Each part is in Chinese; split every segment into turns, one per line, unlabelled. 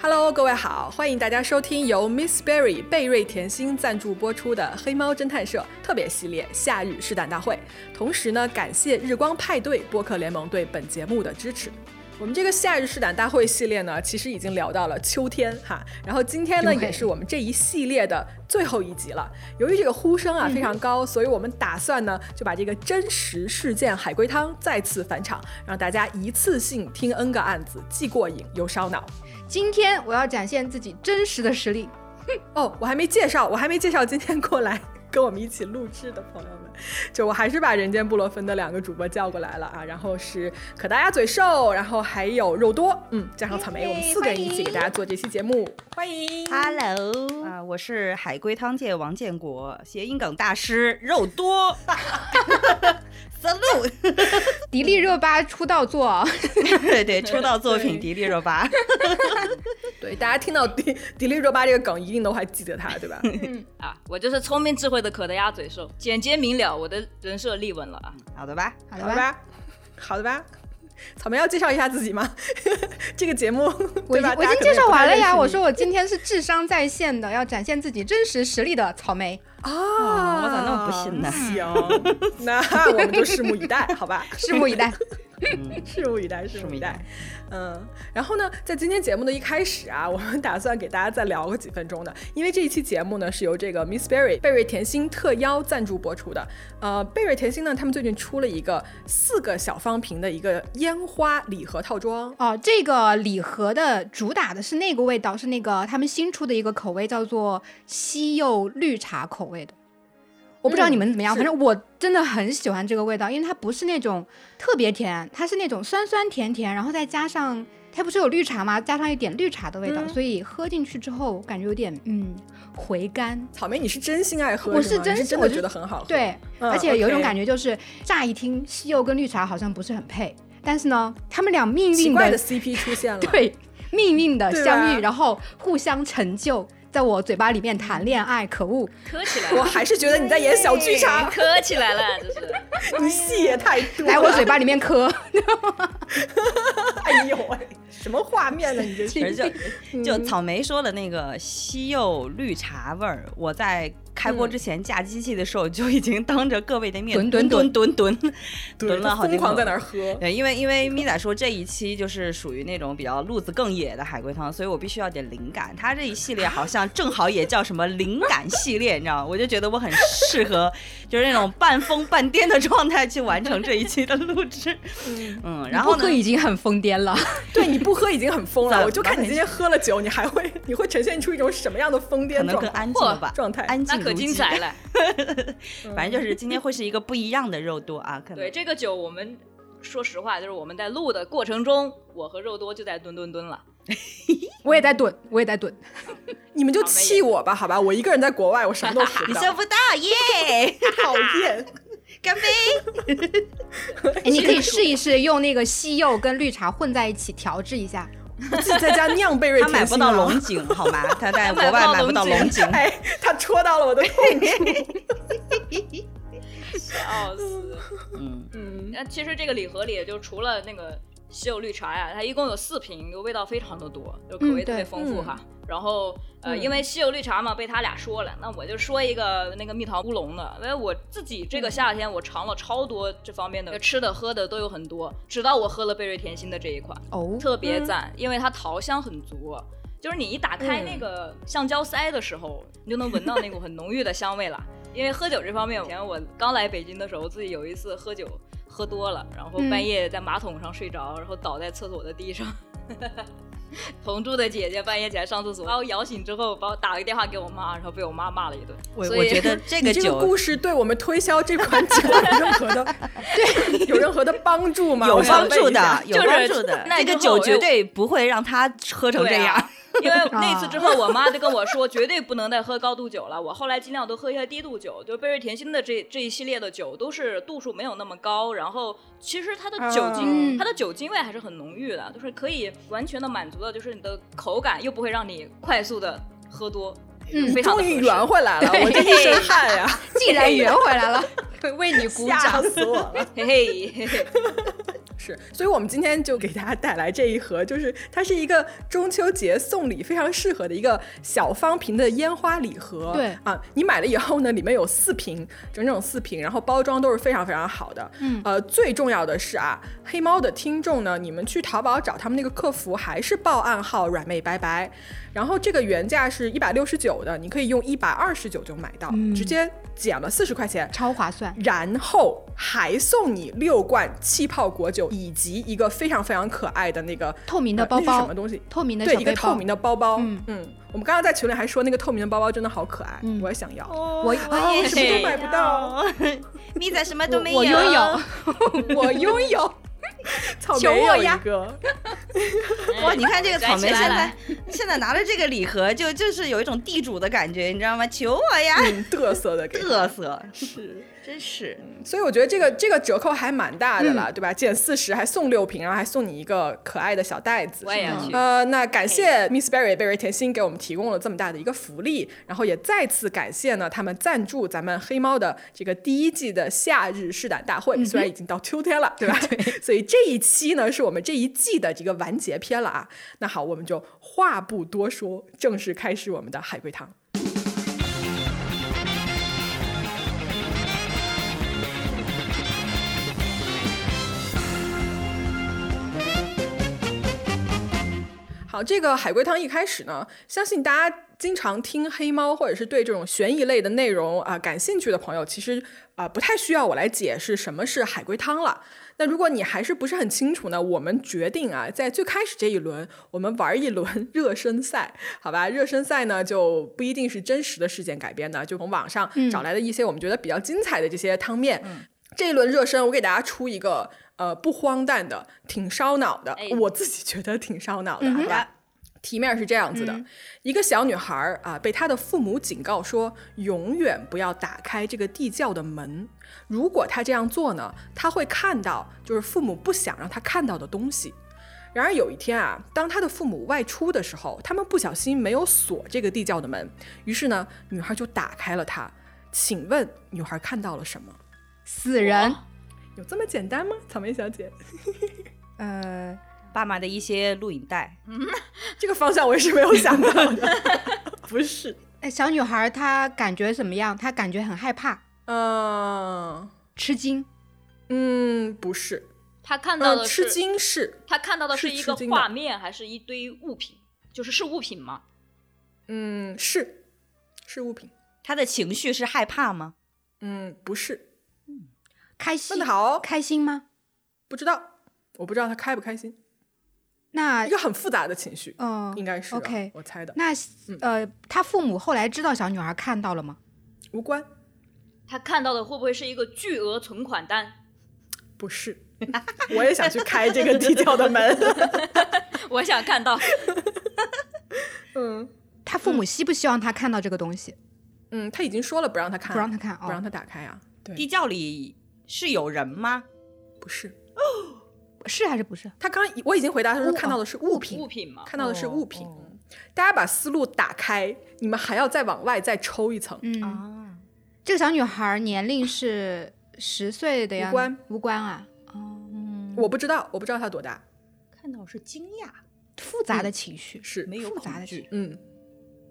Hello，各位好，欢迎大家收听由 Miss Berry 贝瑞甜心赞助播出的《黑猫侦探社》特别系列《夏日试胆大会》，同时呢，感谢日光派对播客联盟对本节目的支持。我们这个夏日试胆大会系列呢，其实已经聊到了秋天哈，然后今天呢，
对
也是我们这一系列的最后一集了。由于这个呼声啊非常高，所以我们打算呢就把这个真实事件海龟汤再次返场，让大家一次性听 N 个案子，既过瘾又烧脑。
今天我要展现自己真实的实力。
哦，我还没介绍，我还没介绍今天过来跟我们一起录制的朋友们，就我还是把《人间布洛芬》的两个主播叫过来了啊，然后是可达鸭嘴兽，然后还有肉多，嗯，加上草莓，
耶
我们四个人一起给大家做这期节目，欢迎。
Hello，啊、我是海龟汤界王建国，谐音梗大师，肉多。Salute，
迪丽热巴出道作，
对对，出道作品
对
《迪丽热巴》
对，大家听到迪迪丽热巴这个梗，一定都还记得她，对吧？
啊，我就是聪明智慧的可得鸭嘴兽，简洁明了，我的人设立稳了啊！
好 的吧？
好
好
的
的
吧？
吧，好的吧。草莓要介绍一下自己吗？ 这个节目，
我
对
已经
吧？
我已
大家
经
可能
介
也
绍
不太
完了
认
呀。
识
我
你
说我今天是智商在线的，要展现自己真实实力的草莓。
啊，
我咋那么不信呢
行，那我们就拭目以待，好吧？
拭目以待。
嗯，
拭目以待，
拭
拭目
目
以
以
待
待。
嗯，然后呢，在今天节目的一开始啊，我们打算给大家再聊个几分钟的，因为这一期节目呢是由这个 Miss Berry 贝瑞甜心特邀赞助播出的。呃，贝瑞甜心呢，他们最近出了一个四个小方瓶的一个烟花礼盒套装。
哦，这个礼盒的主打的是那个味道，是那个他们新出的一个口味，叫做西柚绿茶口味的。我不知道你们怎么
嗯
样，
是
反正我真的很喜欢这个味道，因为它不是那种特别甜，它是那种酸酸甜甜，然后再加上它不是有绿茶吗？加上一点绿茶的味道，
嗯
所以喝进去之后感觉有点嗯回甘。
草莓，你是真心爱喝吗？
我
是
是真
你真
我
的
就
觉得很好喝。
对，
嗯
而且有一种
OK
感觉就是，乍一听西柚跟绿茶好像不是很配，但是呢，他们俩命
奇
运
怪的
的
CP 出现了。
对命运的
嗯对啊
相
吧
遇，然后互相成就，在我嘴巴里面谈恋爱，可恶！
磕起来
我
了，
还是觉得你在演小剧场，
磕起来了，这是。
你戏也太多了。
来我嘴巴里面磕，
哎呦喂，什么画面呢？你这
而
是
且就
嗯
就草莓说了那个西柚绿茶味儿，我在开
嗯
播之前架机器的时候就已经当着各位的面
蹲
蹲
蹲
蹲蹲蹲
对，
了好
疯
几
狂
口
在那儿 喝。
对，因为因为咪仔说这一期就是属于那种比较路子更野的海龟汤，所以我必须要点灵感。他这一系列好像正好也叫什么灵感系列，你知道吗？我就觉得我很适合，就是那种半疯半癫的状态去完成这一期的录制。嗯，然后
顾
呢
客？已经很疯癫 了。
对你不喝已经很疯了，
咋
我就看你今天喝了酒，你还会 你会呈现出一种什么样的疯
可
癫
能
状
更
态？
安静了吧，
状态
安静
那
如
可精
鸡
彩。了！
反正就是今天会是一个不一样的肉多啊，可能
对这个酒，我们说实话，就是我们在录的过程中，我和肉多就在蹲蹲蹲了。
我也在蹲，我也 在蹲。
你们就气我吧，好吧，我一个人在国外，我什么都吃
你
不
做
到，
不到耶！
讨厌。
干杯！
哎，你可以试一试用那个西柚跟绿茶混在一起调制一下。
我自己在家酿 贝瑞
他
甜心
买不到
啊
龙，井好吗？他在国外
他
买
买
不
不
到
到
龙
龙
井。
哎，他戳到了我的痛处。
笑死！
嗯，
嗯，
那其实这个礼盒里，就除了那个西柚绿茶呀、它一共有四瓶，就味道非常的多，就口味特别丰富哈。然后呃，
嗯
因为西柚绿茶嘛，被他俩说了，那我就说一个那个蜜桃乌龙的，因为我自己
嗯
这个夏天我尝了超多这方面的吃的喝的都有很多，直到我喝了贝瑞甜心的这一款，
哦，
特别赞，因为它桃香很足。就是你一打开
嗯
那个橡胶塞的时候，你就能闻到那股很浓郁的香味了。因为喝酒这方面，以前我刚来北京的时候，自己有一次喝酒喝多了，然后
嗯
半夜在马桶上睡着，然后倒在厕所的地上。 同住的姐姐半夜起来上厕所，把我摇醒之后，把我打了个电话给我妈，然后被我妈骂了一顿。
我
所
我
以
觉 得这
哎你
个
这
酒
个故事对我们推销这款酒有任何 的对有任何的帮助吗？
有
我想
帮助
问一下
的，有
就是
帮助 的。
那
这
之
个酒
后
绝
又
对不会让他喝成这
对
样
啊。 因为那次之后，我妈就跟我说，绝对不能再喝高度酒了。我后来尽量都喝一些低度酒，就贝瑞甜心的这这一系列的酒都是度数没有那么高，然后其实它的酒
嗯
精，它的酒精味还是很浓郁的，就是可以完全的满足的，就是你的口感，又不会让你快速的喝多，
嗯
非常
终
的
于
合
圆
适。
回来了，我这一身汗呀，
竟然圆回来了，为你鼓
啊吓
掌。
死我了。
嘿嘿，嘿嘿
是，所以我们今天就给大家带来这一盒，就是它是一个中秋节送礼非常适合的一个小方瓶的烟花礼盒。
对
啊，你买了以后呢，里面有四瓶，整整四瓶，然后包装都是非常非常好的。
嗯
呃，最重要的是啊，黑猫的听众呢，你们去淘宝找他们那个客服，还是报暗号“软妹拜拜”，然后这个原价是一百六十九的，你可以用一百二十九就买到，直接减了四十块钱，
嗯超划算。
然后还送你六罐气泡果酒，以及一个非常非常可爱的那个
透明的
呃
包
那是
包
什么东西？
透明的
对，
小
一个
背
透
包
明，的包包。
嗯
嗯我们刚刚在群里还说那个透明的包包真的好可爱，
嗯
我也想要。
我
我也
什么都买不 到，
咪仔什么
我
都没
我拥有。
我拥有， 草
求
莓
我
有一
呀
个，
哇，你看这个草 莓
摘起
现
来
在现在拿着这个礼盒，就就是有一种地主的感觉，你知道吗？求我呀，
嗯，嘚瑟的给 它
嘚瑟， 是，真是。
所以我觉得这个这个折扣还蛮大的了，
嗯
对吧？减四十还送六瓶，然后还送你一个可爱的小袋子。
我也要去。
呃，那感谢 Miss Berry 贝瑞甜心给我们提供了这么大的一个福利，然后也再次感谢呢他们赞助咱们黑猫的这个第一季的夏日试胆大会，虽然已经到秋天了，对吧？ 所以这一期呢是我们这一季的这个完结篇了啊。那好，我们就话不多说，正式开始我们的海龟汤。好，这个海龟汤一开始呢，相信大家经常听黑猫或者是对这种悬疑类的内容啊、感兴趣的朋友，其实啊、不太需要我来解释什么是海龟汤了。那如果你还是不是很清楚呢，我们决定啊，在最开始这一轮，我们玩一轮 热身赛，好吧？热身赛呢就不一定是真实的事件改编的，就从网上
嗯
找来的一些我们觉得比较精彩的这些汤面。这一轮热身，我给大家出一个呃不荒诞的，挺烧脑的，
哎
我自己觉得挺烧脑的，
嗯
好
哼嗯
吧？题面是这样子的：一个小女孩儿啊，被她的父母警告说，永远不要打开这个地窖的门。如果她这样做呢，她会看到就是父母不想让她看到的东西。然而有一天啊，当她的父母外出的时候，他们不小心没有锁这个地窖的门，于是呢，女孩就打开了它。请问女孩看到了什么？
死人，
有这么简单吗？草莓小姐，
呃，
爸妈的一些录影 带，
这个方向我也是没有想到 的，不是，
哎小女孩她感觉怎么样？她感觉很害怕，
嗯
吃惊，
嗯，不是，
他看到
嗯，
的
吃
是，
惊是，
他看到的
是
是一个
吃惊的
画面，还是一堆物品？就是是物品吗？
嗯，是，是物品，
他的情绪是害怕吗？
嗯，不是，
开心
问的，好，
开心吗？
不知道，我不知道他开不开心，
那
一个很复杂的情绪，
嗯，
应该是啊
OK
我猜的，嗯
那呃，她父母后来知道小女孩看到了吗？
无关，
他看到的会不会是一个巨额存款单？
不是， 我也想去开这个地窖的门，
我想看到。
嗯
她父母希不希望她看到这个东西？
嗯，他已经说了不让他看，
不让她，看哦，
不让他打开啊，
地
对，
窖里是有人吗？
不是，
是还是不是？
他刚我已经回答他说
物
看到的是物品
物，品嘛，
看到的是
哦
物品。
哦
大家把思路打开，你们还要再往外再抽一层。
嗯，
啊，
这个小女孩年龄是十岁的样
无
子，
关
无关啊，
我不知道，我不知道他多大，
看到是惊讶，
复杂的情绪，
嗯是
没有
复杂
恐
的
惧
情，
嗯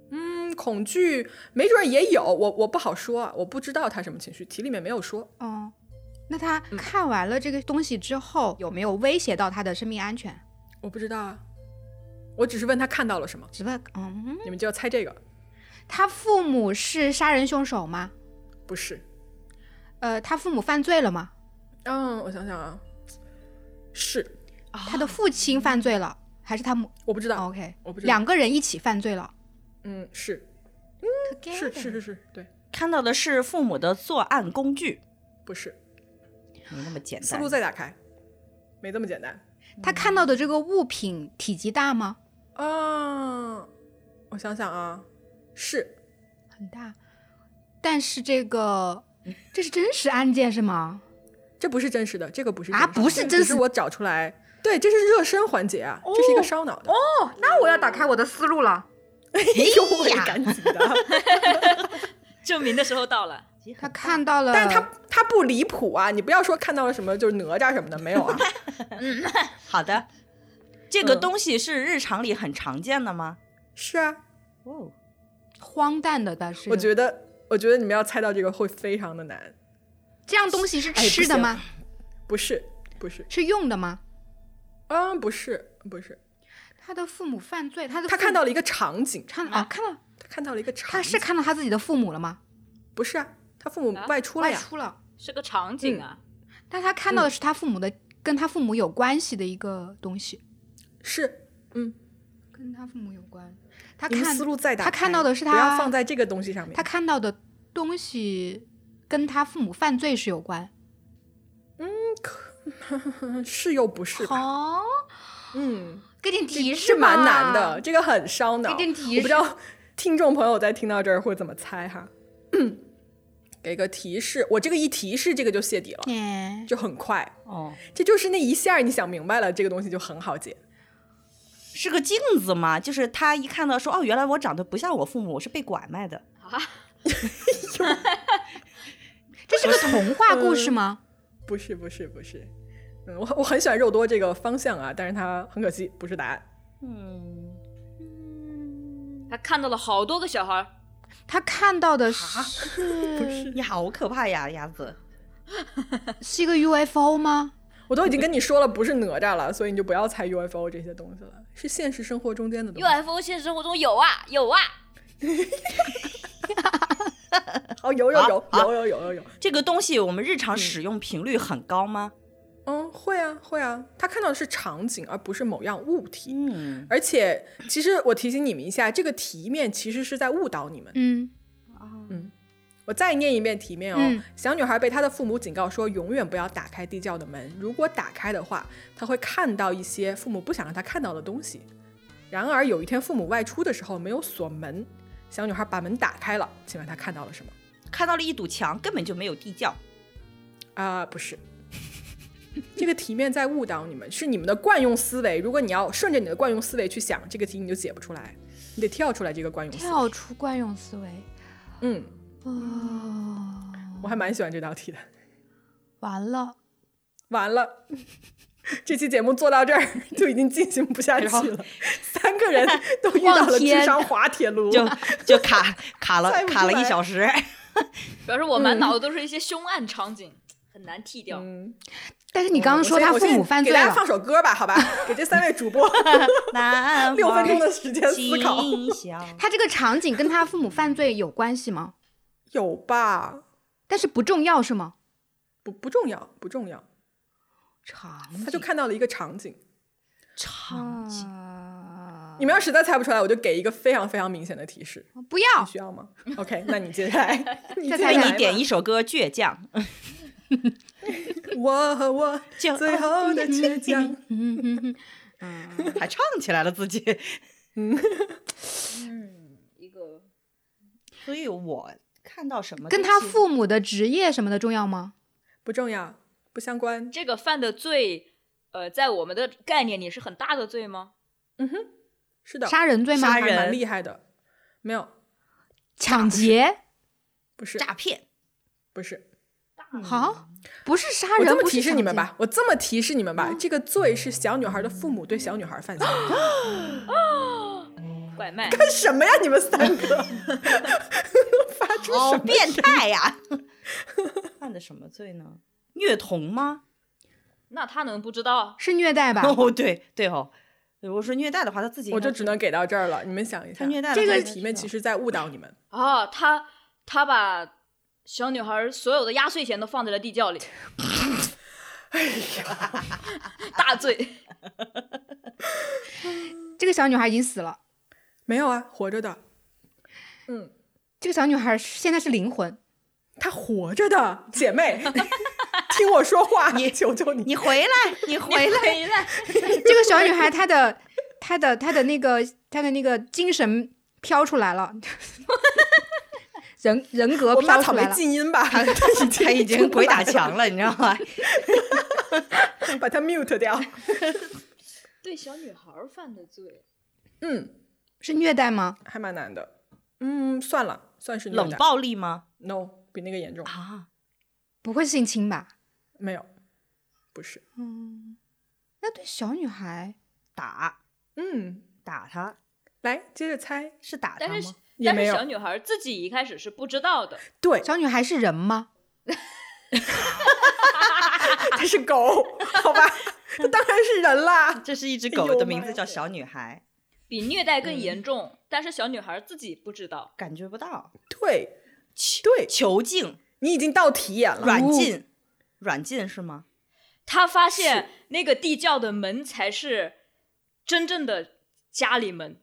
嗯，恐惧没准儿也有，我我不好说啊，我不知道他什么情绪，题里面没有说。
哦，那她
嗯
看完了这个东西之后，有没有威胁到她的生命安全？
我不知道啊，我只是问他看到了什么，
只问，嗯，
你们就要猜这个，
她父母是杀人凶手吗？
不是？
呃，她父母犯罪了吗？
嗯，我想想啊，是
她的父亲犯罪了，还是她母
我不知道，
？OK，
啊我不知道，
两个人一起犯罪了。
嗯，是是是是是，对，
看到的是父母的作案工具，
不是，
没那么简
思
单
路。再打开，没这么简单。
她看到的这个物品体积大吗？哦
啊，我想想啊，是
很大，但是这个这是真实案件是吗？
这不是真实的，这个不是
啊
真实的
不是
只
真实
是我找出来。对，这是热身环节啊，这是一个烧脑的。哦，
那我要打开我的思路了。
哎呦我也
呀
赶紧的，
证明的时候到了。
他看到了，
但是他他不离谱啊，你不要说看到了什么就是哪吒什么的没有啊，
好的，这个
嗯
东西是日常里很常见的吗？
是啊，
哦，
荒诞的，但是
我觉得，我觉得你们要猜到这个会非常的难。
这样东西是
哎不
吃的
行
吗？
不是，不是，
是用的吗？
嗯，不是，不是。
他的父母犯罪，他的
他
父母
看到了一个场景，
看啊，看到
他看到了一个场
他是
景，
看到他自己的父母了吗？
不是啊？他父母
啊
外出了
外
呀，嗯
出了，
是个场景啊，
但他看到的是他父母的，跟他父母有关系的一个东西，
是。嗯，
跟他父母有关。他
你们
看
思路再打
他
开
看到的是
不要
他
放在这个东西上面。
他看到的东西跟他父母犯罪是有关。
嗯是又不是吧？
哦，
嗯，
给点提示
是蛮
嘛
难的，。这个很烧脑。
给点提示
我不知道听众朋友在听到这儿会怎么猜哈。给个提示，我这个一提示，这个就泄底了，
哎
就很快。
哦，
这就是那一下，你想明白了，这个东西就很好解。
是个镜子吗？就是他一看到说，哦，原来我长得不像我父母，我是被拐卖的。
这是个童话故事吗？
不是，不是，不是。嗯，我我很喜欢肉多这个方向啊，但是它很可惜不是答案。
嗯，
他看到了好多个小孩儿，
他看到的
啊
是
不是，
你好可怕呀，鸭子。
是一个 UFO 吗？
我都已经跟你说了不是哪吒了，所以你就不要猜 UFO 这些东西了，是现实生活中间的东西。
UFO 现实生活中有啊有啊，
哦，有有有
啊啊
有有有有有，
这个东西我们日常使用频率很高吗？
嗯，会啊会啊，他看到的是场景，而不是某样物体。
嗯，
而且，其实我提醒你们一下，这个题面其实是在误导你们。
嗯，
我再念一遍题面哦。
嗯
小女孩被她的父母警告说，永远不要打开地窖的门。如果打开的话，她会看到一些父母不想让她看到的东西。然而有一天，父母外出的时候没有锁门，小女孩把门打开了。请问她看到了什么？
看到了一堵墙，根本就没有地 窖。
啊、不是。这个题面在误导你们，是你们的惯用思维。如果你要顺着你的惯用思维去想这个题，你就解不出来，你得跳出来这个惯用思维。
跳出惯用思维。
嗯，
哦，
我还蛮喜欢这道题的。
完了，
完了，这期节目做到这儿就已经进行不下去了。三个人都遇 到了
望天
智商滑铁卢，
就就卡卡了
猜不出
卡了一
来
小时。
表示我满脑子都是一些凶案场景，很难剃掉。
嗯，
但是你刚刚说他
我
父
先
母犯罪
给大家
了，
放首歌吧，好 吧，给这三位主播
南
六分
方
钟的时间思考，
今宵
他这个场景跟他父母犯罪有关系吗？
有吧？
但是不重要是吗？
不不重要，不重要。
场
他就看到了一个场景，嗯
场景。
你们要实在猜不出来，我就给一个非常非常明显的提示，
不要
需要吗？OK，那你接下来，你
再
接下来
猜猜
为
吧
你点一首歌《倔强》，
我和我
就
最后的倔强。
还唱起来了自己。
嗯，一个
所以我看到什么
跟
东
他
西
父母的职业什么的重要吗？
不重要，不相关。
这个犯的罪，呃，在我们的概念里是很大的罪吗？
是的，
杀人罪吗
杀？
还
人
蛮厉害的。没有，
抢劫？
不是，
诈 骗，
不是。
好，不是杀
嗯我
人，
这
不
么
是
提示
抢
你们
劫
吧，我这么提示你们吧，这个罪是小女孩的父母对小女孩犯下的。
拐卖，
干什么呀？你们三 个发出
好
什么？
哦变态呀！犯的什么罪呢？虐童吗？
那他能不知道？
是虐待 吧？
哦，对对哦，如果说虐待的话，他自己
我
应该
就只能给到这儿了。你们想一
他
下，
虐待的
这
话
个
应该
题面
是
其实在误导你们。
哦，他他把小女孩所有的压岁钱都放在了地窖里。哎大罪，
这个小女孩已经死了，
没有啊，活着的，
嗯
这个小女孩是现在是灵魂，
她活着的姐妹，听我说话，求求你
你回来，你回来，
回来，
这个小女孩她的她的她的那个她的那个精神飘出来 了，人人格
我们把
飘出
草莓
来了。
静音 吧，他
他已经鬼打墙了，你知道 吗？
把它 mute 掉。
对小女孩犯的罪，
嗯，
是虐待吗？
还蛮难的。嗯，算了，算是虐
冷
待
暴力吗？
No，比那个严重。
啊，
不会性侵吧？
没有，不是。
嗯，那对小女孩，
打
嗯，
打他
来接着猜，
是打啊他
但
吗
是？
也
但
没
是小
有
女孩自己一开始是不知道的，
对，
小女孩是人吗？
它是 狗，好吧，它当然是人啦。
这是一只
哎呦
狗的
妈
名字
呀
叫小女孩，
比虐待更严重，但是小女孩自己不知道。
感觉不到。
对，对，
囚禁、
你已经到题眼了，
软禁、软禁是吗？
她发现那个地窖的门才是真正的家里门。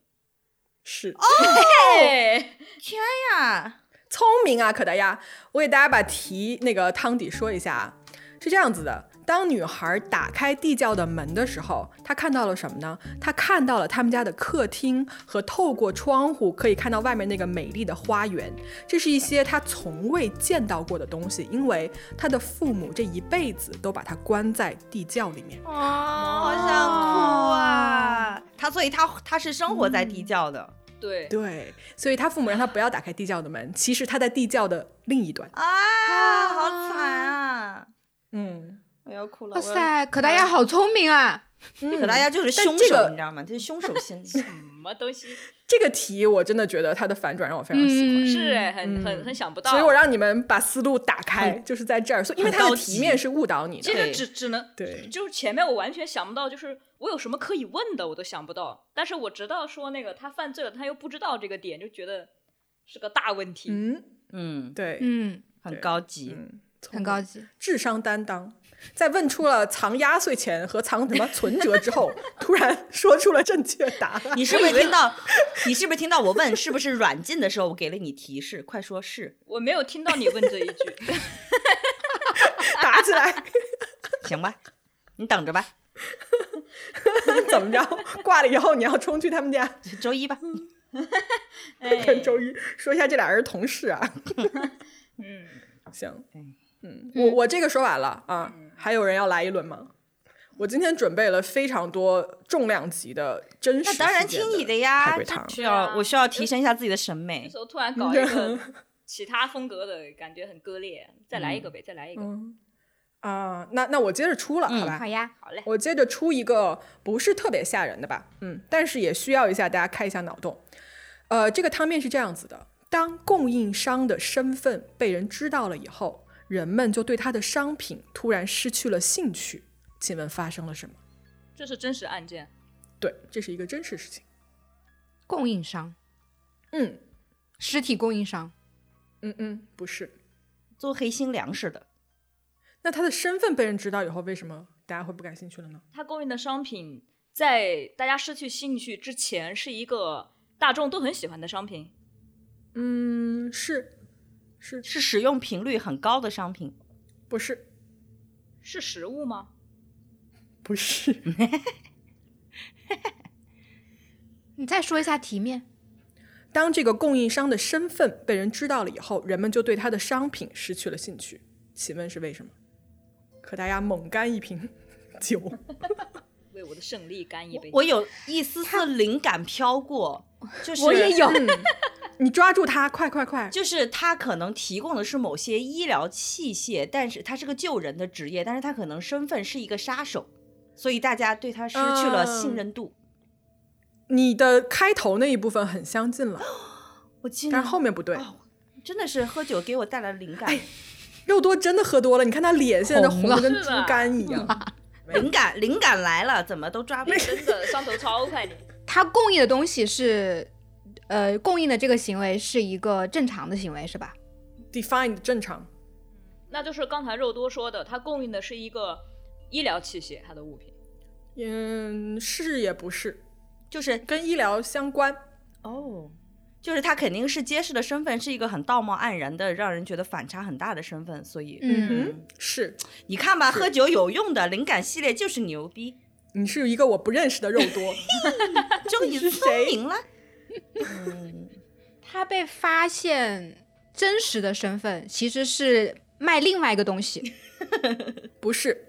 是
对，
哎呀，
聪明啊，可达鸭！我给大家把题那个汤底说一下啊，是这样子的：当女孩打开地窖的门的时候，她看到了什么呢？她看到了他们家的客厅和透过窗户可以看到外面那个美丽的花园。这是一些她从未见到过的东西，因为她的父母这一辈子都把她关在地窖里面。
好想哭啊！他所以他他是生活在地窖的
对，
对，所以她父母让她不要打开地窖的门，其实她在地窖的另一端。
啊，好惨啊！
嗯，
我要哭了。
哇
我要！
塞，可达鸭好聪明啊！
可大家就是
但
凶
这
手，
个
你知道吗？这是凶手心 理。
什么东西？
这个题我真的觉得它的反转让我非常喜欢。
嗯，
是哎，很很很想不到。啊
所以我让你们把思路打开，就是在这儿。所以因为
很
它的
高
题
级
面是误导你
这
的，
个
对
只只能
对
就是前面我完全想不到，就是我有什么可以问的，我都想不到。但是我知道说那个他犯罪了，他又不知道这个点，就觉得是个大问题。
嗯，
嗯，
对，
嗯，
很高级。
嗯，
很高级。
智商担当，在问出了藏压岁钱和藏什么存折之后，突然说出了正确答案。
你是不是听到？你是不是听到我问是不是软禁的时候，我给了你提示？快说是，
我没有听到你问这一句，
打起来
行吧？你等着吧，
怎么着？挂了以后你要冲去他们家，
周一吧。
哎，
跟周一说一下这俩人是同事 啊。
嗯，
行
哎，
嗯，我我这个说完了啊，
嗯
还有人要来一轮吗？我今天准备了非常多重量级的真实
那
事件，
当然听你的呀
海龟
这
汤
需要
对啊
我需要提升一下自己的审
这
美
时。候突然搞一个其他风格的感觉很割裂，再来一个呗，再来一个。
嗯啊、那那我接着出了，好
嗯
吧？
好呀，
好嘞，
我接着出一个不是特别吓人的吧，嗯，但是也需要一下大家开一下脑洞。呃，这个汤面是这样子的：当供应商的身份被人知道了以后，人们就对他的商品突然失去了兴趣。请问发生了什么？
这是真实案件，
对，这是一个真实事情。
供应商，
嗯
实体供应商，
嗯嗯，不是。
做黑心粮食的，
那他的身份被人知道以后，为什么大家会不感兴趣了呢？
他供应的商品在大家失去兴趣之前是一个大众都很喜欢的商品。
嗯，是是
是使用频率很高的商品。
不是
是食物吗？
不是？
你再说一下题面。
当这个供应商的身份被人知道了以后，人们就对他的商品失去了兴趣。请问是为什么？可大家猛干一瓶 酒，
为我的胜利干一杯！
我有一丝丝灵感飘过，就是
我也有，
你抓住他，快快快！
就是他可能提供的是某些医疗器械，但是他是个救人的职业，但是他可能身份是一个杀手，所以大家对他失去了信任度。
你的开头那一部分很相近了，
我竟
但
然
是后面不对。
哦真的是喝酒给我带来灵感，
肉多真的喝多了，你看他脸现在都
红
红的
了
跟
是
猪
吧
肝一样。
灵感灵感来了，怎么都抓不住。
真的上头超快的，
他供应的东西是，呃，供应的这个行为是一个正常的行为，是吧？
Defined 正常，
那就是刚才肉多说的，它供应的是一个医疗器械，它的物品。
嗯，是也不是，
就是
跟医疗相关。
哦，就是他肯定是揭示的身份是一个很道貌岸然的，让人觉得反差很大的身份。所以、
嗯，
嗯，是，
你看吧，喝酒有用的灵感系列就是牛逼，
你是一个我不认识的肉多。
终于
是
聪
谁
明了。
他被发现真实的身份其实是卖另外一个东 西，
不是，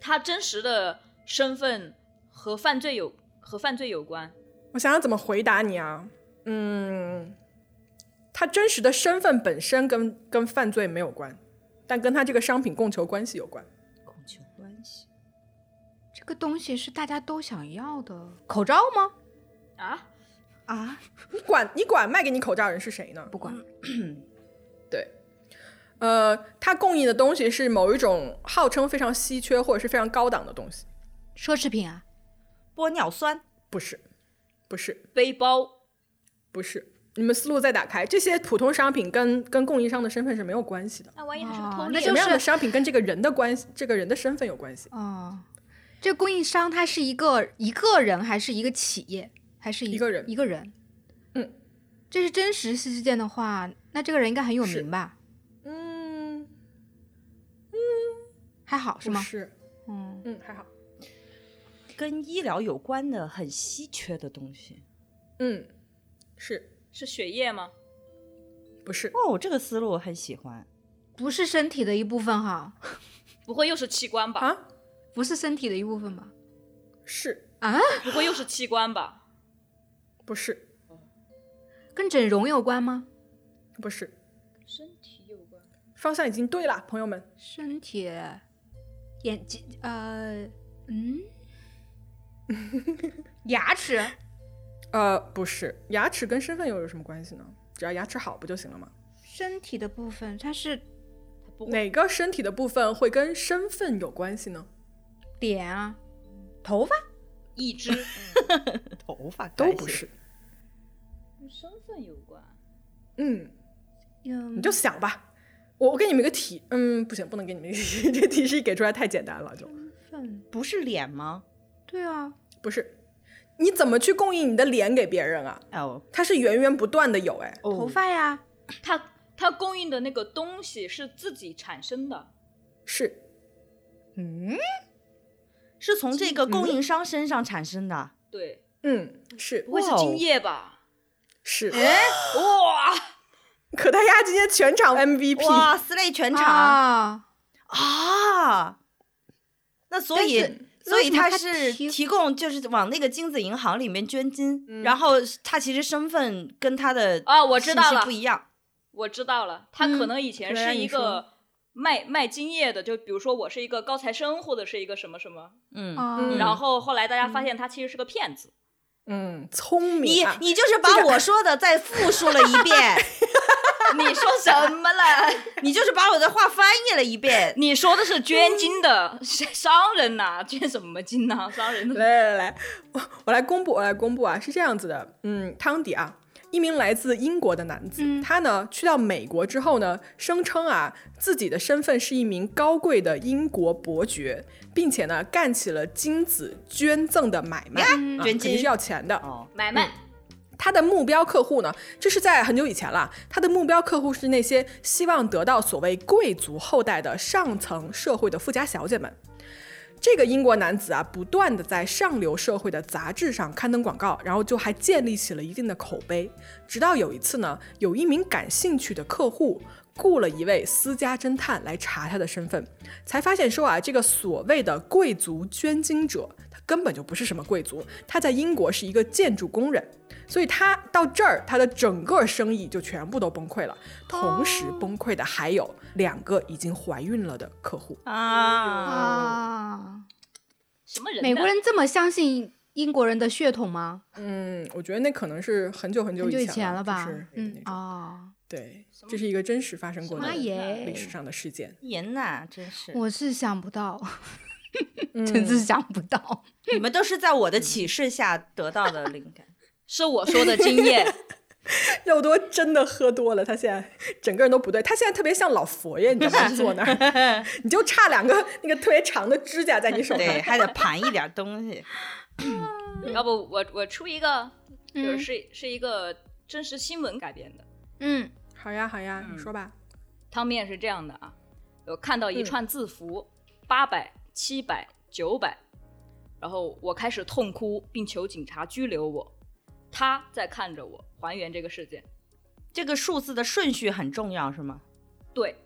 他真实的身份和犯罪有和犯罪有关，
我想想怎么回答你啊。嗯，他真实的身份本身跟跟犯罪没有关，但跟他这个商品供求关系有关。
供求关系，
这个东西是大家都想要的，口罩吗？
啊，
啊，
你管你管卖给你口罩人是谁呢？
不管，
对，呃，它供应的东西是某一种号称非常稀缺或者是非常高档的东西，
奢侈品啊，
玻尿酸
不是，不是，
背包
不是。你们思路再打开，这些普通商品跟跟供应商的身份是没有关系的。
那万一他是
哦
个偷
那
猎
什
就
么
的，
样的
是
商品跟这个人的关系，这个人的身份有关系？
哦，这供应商他是一个一个人还是一个企业，还是
一个人
一个人，
嗯，
这是真实事件的话，那这个人应该很有
是
名吧？
嗯，
还好是
不
吗？
是，
嗯，
嗯，还好，
跟医疗有关的很稀缺的东西。
嗯，是
是血液吗？
不是？
哦，这个思路我很喜欢。
不是身体的一部分哈，
不会又是器官吧？
啊，
不是身体的一部分吧？
是
啊，
不会又是器官吧？
不是？
跟整容有关吗？
不是，
身体有关，
方向已经对了，朋友们，
身体，眼睛，呃，嗯， 牙齿，
呃，不是，牙齿跟身份又有什么关系呢？只要牙齿好不就行了吗？
身体的部分，它是
不会
哪个身体的部分会跟身份有关系呢？
脸啊，头发，
一 只
头发
都不是。
跟身份有关，
嗯，
嗯，
你就想吧。我我给你们一个题，嗯，不行，不能给你们一个提， 这提示给出来太简单了，就
份，
不是脸吗？
对啊，
不是。你怎么去供应你的脸给别人啊？
哦，
它是源源不断的有，哎，
头发呀，
它它供应的那个东西是自己产生的，
是
是从这个供应商身上产生的。
对，
嗯，是
不会
哦
是精液吧？
是，
哎哇，
可他丫今天全场 MVP，
哇，撕类全场
啊，
啊！那所
但
以
是，
所
为
以
什么
他
他
是
提
提供，就是往那个精子银行里面捐精，然后他其实身份跟他的
啊我知道
信息
了
不一样。
我知道了，他可能以前
对啊
是一
你说
个卖卖精液的，就比如说我是一个高材生或者是一个什么什么，
嗯，
啊
嗯
然后后来大家发现他其实是个骗子，
嗯，聪
你
明啊，
你就是把我说的再复述了一遍，
你说什么了？
你就是把我的话翻译了一遍。
你说的是捐精的商人呐、捐什么精呐、商人的
来来来来，我我来公布，我来公布啊，是这样子的，嗯，汤迪啊，一名来自英国的男子，
嗯
他呢去到美国之后呢，声称啊自己的身份是一名高贵的英国伯爵，并且呢干起了精子捐赠的买卖，啊
捐
肯定
精
是要钱的。
哦，
买卖。
他的目标客户呢，这是在很久以前了，他的目标客户是那些希望得到所谓贵族后代的上层社会的富家小姐们。这个英国男子啊，不断的在上流社会的杂志上刊登广告，然后就还建立起了一定的口碑。直到有一次呢，有一名感兴趣的客户雇了一位私家侦探来查他的身份，才发现说啊，这个所谓的贵族捐精者，他根本就不是什么贵族，他在英国是一个建筑工人。所以他到这儿，他的整个生意就全部都崩溃了。同时崩溃的还有两个已经怀孕了的客户。
嗯
啊，
啊，
什么人？
美国，人这么相信英国人的血统吗？
嗯，我觉得那可能是很久很久
很久
以
以前了吧
就是？
嗯
那种
啊，
对，这是一个真实发生过的
妈
历
耶，
史上的事 件。
人呐，真是，
我是想不到，
嗯
真是想不到，
你们都是在我的启示下得到的灵感。
是我说的经验。
肉多真的喝多了，他现在整个人都不对，他现在特别像老佛爷，你知道吗？坐那 儿，你就差两个那个特别长的指甲在你手上。
对，还得盘一点东西。
要不我我出一个，就
嗯
是是是一个真实新闻改编的。
嗯，
好呀，好呀，你说吧。
汤面是这样的啊，我看到一
嗯
串字符，八百、七百、九百，然后我开始痛哭，并求警察拘留我。他在看着我，还原这个事件。
这个数字的顺序很重要，是吗？
对，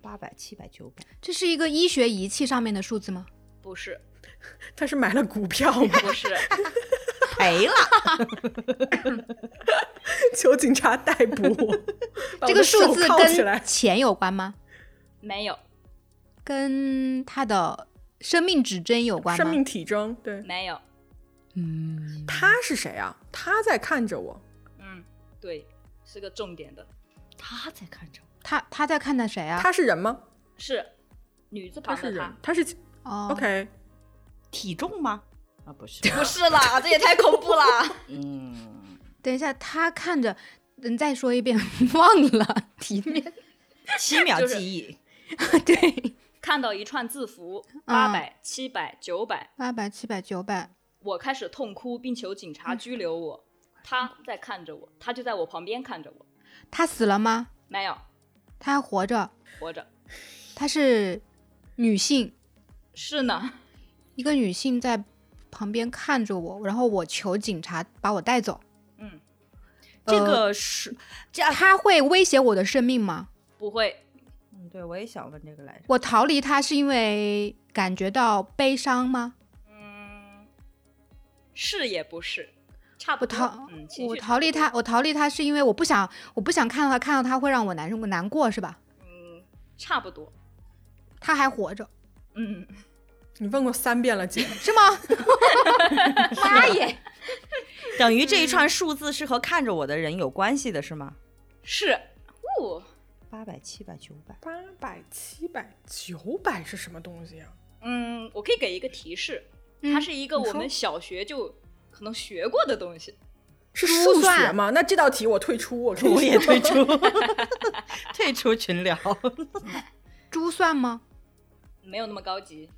八百、七百、九 百，
这是一个医学仪器上面的数字吗？
不是，
他是买了股票吗？
不是，
赔了。
求警察逮捕 我。把我
这
的
个
手
数字
铐起来
跟钱有关吗？
没有，
跟他的生命指针有关
生
吗？
命体征，对，
没有，
嗯，
他是谁啊？他在看着我，
嗯，对，是个重点的，
他在看着我，
他他在看的谁啊？
他是人吗？
是女字
他
旁
是
的
人他
她，，
是
哦
OK，
体重吗？啊，不是，
不是啦，这也太恐怖啦。
嗯，
等一下，他看着，嗯，再说一遍， 忘了题面。
七秒
就是
记忆，
对，
看到一串字符，
嗯
八百、七百、九百，
八百、七百、九百，
我开始痛哭，并求警察拘留我。他在看着我，他就在我旁边看着我，
他死了吗？
没有
他还活着？
活着。
她是女性，
是呢，
一个女性在旁边看着我，然后我求警察把我带走。
嗯，
这个是这样，
他会威胁我的生命吗？
不会，
嗯，对我也想问这个来着，
我逃离他是因为感觉到悲伤吗？
嗯，是也不是，差不
我
多。
逃
嗯，情
我
绪
逃离他，我逃离他是因为我不想，我不想看到他，看到他会让我难受难过，是吧？
嗯，差不多。
他还活着
嗯，
你问过三遍了，姐，
是吗？ 妈耶！
等于这一串数字是和看着我的人有关系的，是吗？
是。哦，
八百、七百、九百，
八百、七百、九百是什么东西啊？
嗯，我可以给一个提示，
嗯
它是一个
你
我
说
们小学就可能学过的东西。
是
珠
数学
算
吗？那这道题我退出，我 跟你
我也
说
退出，退出群聊。
珠算吗？
没有那么高级，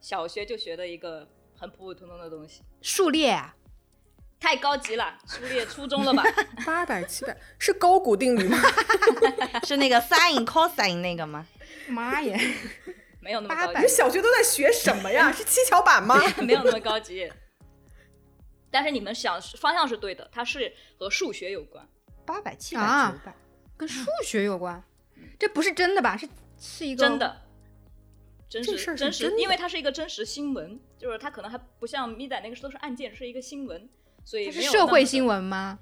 小学就学的一个很普普通通的东西，
数列啊？
太高 级了，初列初中了吧？
八百、七百是勾股定 律吗？
是那个 sin cosine 那个吗？
妈耶！
没有那么
八
高
你
百
小学都在学什么呀？是七巧板吗？
级， 没有那么高级。但是你们想方向是对的，它是和数学有关，
八百、七百、
啊
九百，
跟数学有关？这不是真的吧？是是一个
真的，真
这事儿是
实真实，
真的
因为它是一个真实新闻，就是它可能还不像咪仔那个都是案件，是一个新闻，所以
它是
没有
社
那么
会
的
新，闻吗？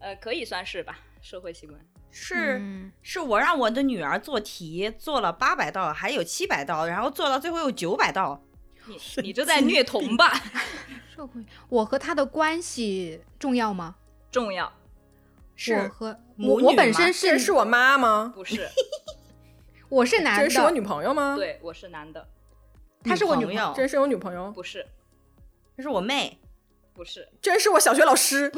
呃，可以算是吧，社会新闻。
是、
嗯
是我让我的女儿做题，做了八百道，还有七百道，然后做到最后有九百道。
你你这在虐童吧？
社会，我和他的关系重要吗？
重要
我
是
和
母
我
女
我本
吗
身
这人
是
是我妈吗？
不是？
我是
这
男
人是我
的，
女朋友吗？，
对，我是男的，
她是我女朋
朋友
这，人是我女朋友，
不是
这是我妹。
不是，
这人是我小学老师，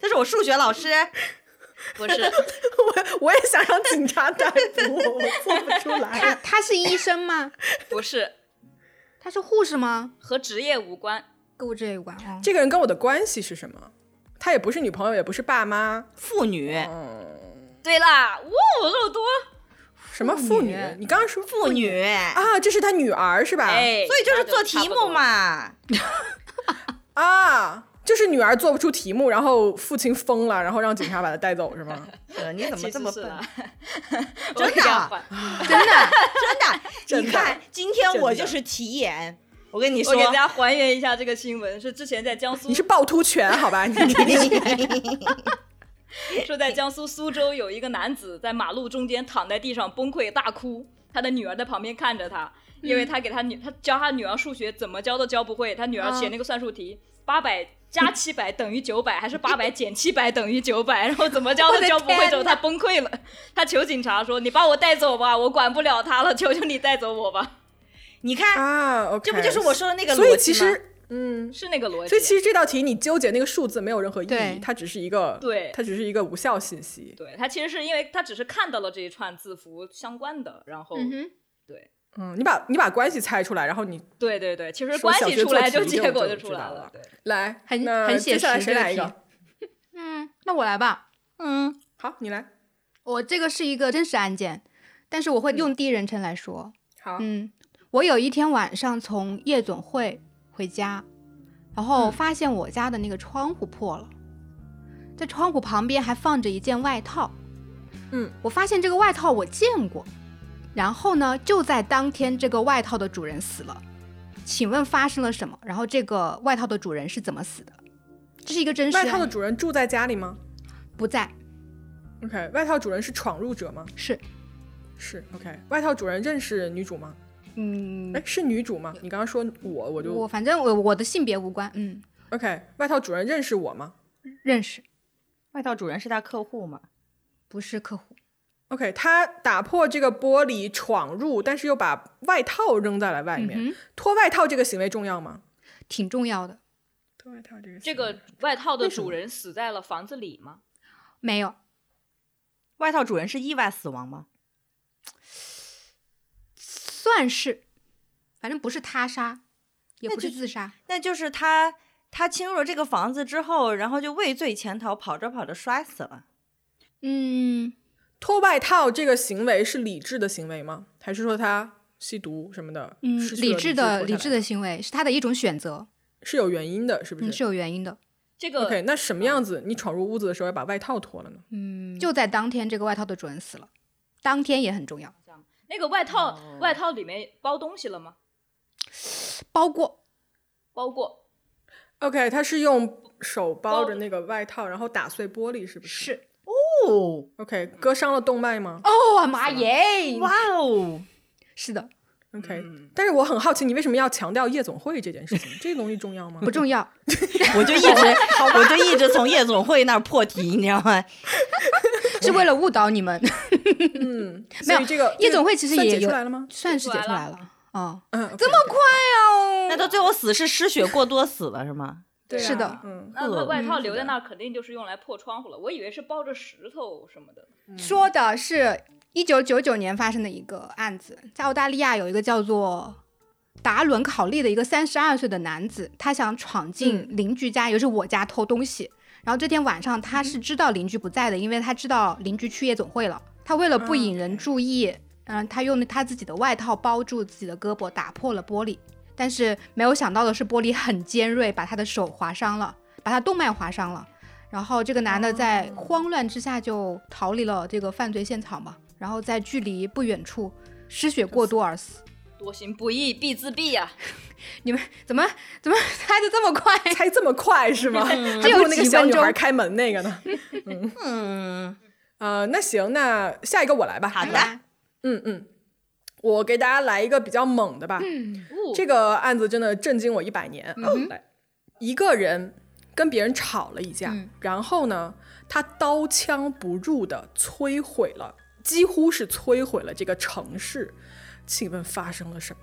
他是我数学 老师，
不是，
我我也想让警察逮捕我，我做不出
他
来。
他是医生吗？
不是，
他是护士吗？
和职业无关，
跟我这有关哦。
这个人跟我的关系是什么？他也不是女朋友，也不是爸妈，
妇女，
对啦，哇、肉多，
啊
什么妇女
妇女？
你刚刚说
妇女，
啊，这是他女儿是吧？
哎，
所以就是做题目
那就差
嘛。
啊，就是女儿做不出题目，然后父亲疯了，然后让警察把她带走是吗？
呃，你怎么这
不
么
多。其实是
笨
啦？
真的啊
我一定要换
真
真
的，
真 的，
的
你看今天
真
我
的
就是题眼，我跟你
我
说
给，大家还原一下这个新闻，是之前在江苏
你，是趵突泉好吧？你这是
说在江苏苏州有一个男子在马路中间躺在地上崩溃大哭，他的女儿在旁边看着他，因为他给他女
嗯
他教他女儿数学怎么教都教不会，他女儿写那个算术题
啊
八百。加七百等于九百，还是八百减七百等于九百？然后怎么教
我
都
的
教不会，
天
之后他崩溃了。他求警察说：“你把我带走吧，我管不了他了，求求你带走我吧。
你看，
啊，OK，
这不就是我说的那个
所以
逻
其
辑吗？
实，嗯”，
是那个逻辑。
所以其实这道题你纠结那个数字没有任何意
对
义，它只是一个，
对
它只是一个无效信息。
对他其实是因为他只是看到了这一串字符相关的，然后、
嗯哼，
嗯，你把你把关系猜出来，然后你
对对对，其实
说
关
小
系
学
出
做
来就
题
结
这
果
我
就
就
出
知
来
道
了
了。
对，
来，
很
那
很写
接下来
实
谁
这个
来一
题
个？
嗯，那我来吧。
嗯，
好，你来。
我这个是一个真实案件，但是
嗯
我会用第一人称来说。
好，
嗯，我有一天晚上从夜总会回家，然后
嗯
发现我家的那个窗户破了，在窗户旁边还放着一件外套。
嗯，
我发现这个外套我见过，然后呢，就在当天这个外套的主人死了。请问发生了什么？然后这个外套的主人是怎么死的？这是啊一个真实
外套的
案
主人住在家里吗
不在
？OK，外套主人是闯入者吗？
是
是 OK。外套主人认识女主吗？
嗯，
哎，是女主吗？你刚刚说我，我就
我反正我我的性别无关，嗯，
OK。外套主人认识我吗
认识，
外套主人是他客户嘛？
不是客户，
？OK，他打破这个玻璃闯入，但是又把外套扔在了外
嗯
面。
哼，
脱外套这个行为重要吗？
挺重要的。
脱外套这个
这个外套的
为什么
主人死在了房子里吗？
没有，
外套主人是意外死亡吗？
算是，反正不是他杀，也
那
不是
就
自杀，
那就是他他侵入了这个房子之后，然后就畏罪潜逃，跑着跑着摔死了。
嗯，
脱外套这个行为是理智的行为吗？还是说他吸毒什么的？
嗯
失，去
理
了
智
智
的
脱
理
下
智
来
的行为是他的一种选择，
是有原因的，是不
嗯，是有原因的。
这个
OK，那什么样子？你闯入屋子的时候要把外套脱了呢？
嗯，就在当天，这个外套的主人死了，当天也很重要。
那个外套、外套里面包东西了吗？
包过，
包过
OK，他是用手包
包
着那个外套，然后打碎玻璃，是不是？
是。
哦，
OK，割伤了动脉吗、
哦，妈耶！
哇哦！
是的，
o k 但是我很好奇，你为什么要强调夜总会这件事情？这个东西重要吗？
不重要。
我就一直，我就一直从夜总会那儿破题，你知道吗？
是为了误导你 们。
嗯，
没
所
有
以这个
夜总会其实
算
也
解出
有
来了吗？
算是
出
解
来
出
了
来了哦，
嗯，OK，
这么快哦？
那到最后死是失血过多死了是吗？
对啊
是的
嗯，
那外
呃
外套留在那儿，肯定就是用来破窗户了。我以为是包着石头什么的。
说的是一九九九年发生的一个案子，在澳大利亚有一个叫做达伦考利的一个三十二岁的男子，他想闯进邻居家，也就是我家偷东西。然后这天晚上他是知道邻居不在的，因为他知道邻居去夜总会了。他为了不引人注意，嗯、他用他自己的外套包住自己的胳膊，打破了玻璃。但是没有想到的是，玻璃很尖锐，把他的手划伤了，把他动脉划伤了。然后这个男的在
哦
慌乱之下就逃离了这个犯罪现场嘛，然后在距离不远处失血过多而死。
多行不义必自 毙呀、
你们怎么怎么猜的这么 快？
猜这么快是吗？
只
还
嗯有
不如那个
几
小
分
女
钟
孩开门那个呢。
嗯，
呃，那行，那下一个我来吧。
好的
吧
嗯嗯，我给大家来一个比较猛的吧。
哦
这个案子真的震惊我一百年。
嗯
来，一个人跟别人吵了一架，
嗯
然后呢，他刀枪不入的摧毁了，几乎是摧毁了这个城市。请问发生了什么？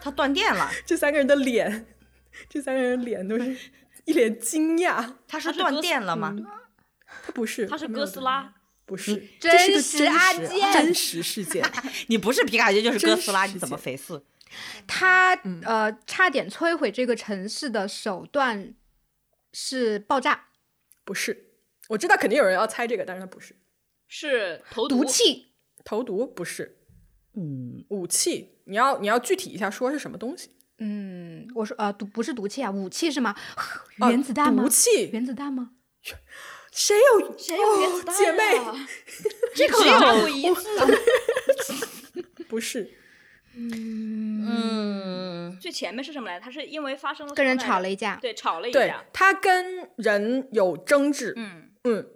他断电了，
这三个人的脸， 这三个人的脸都是一脸惊讶。
他是嗯断电了吗？
他不是，
他是
没有
哥斯
的
拉，嗯
不是，
真
这是个
实
真
阿
实啊
健
真实事件。
你不是皮卡丘就是哥斯拉，
真实
你怎么肥四？
他
嗯
呃差点摧毁这个城市的手段是爆炸、
不是，我知道肯定有人要猜这个，但是他不是。
是投毒
毒气、
投毒不是
嗯，
武器，你要你要具体一下说是什么东西？
嗯，我说呃，毒不是毒气啊，武器是吗？
啊
原子弹吗
毒？气？
原子弹吗？哎
谁有
谁有原子弹、
哦
啊
姐妹？
这个只有拿过一次啊，
不是？
嗯，
最前面是什么来着？他是因为发生了
跟人
什么来
吵
着
了一架，
对，吵了一
对
架。
他跟人有争执，
啊嗯，
嗯，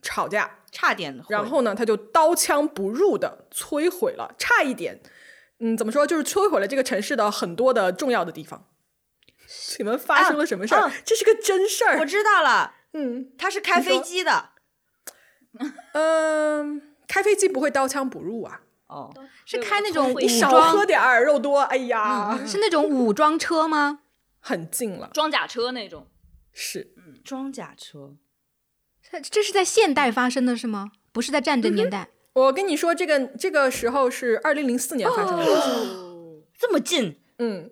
吵架，
差点毁。
然后呢，他就刀枪不入的摧毁了，差一点，嗯，怎么说，就是摧毁了这个城市的很多的重要的地方。请问发生了什么事儿？
啊啊
这是个真事
我
儿。
知道了，
嗯
他是开
你说
飞机的。
嗯、开飞机不会刀枪不入啊，
哦，
是
对
开那种
我
武
你少
装嗯
喝点儿肉多。哎呀，
是那种武装车吗？
很近了，
装甲车那种，
是
装甲车，
这这是在现代发生的是吗？不是在战争年代，
我跟你说，这个这个时候是二零零四年发生的。
哦
这么近，
嗯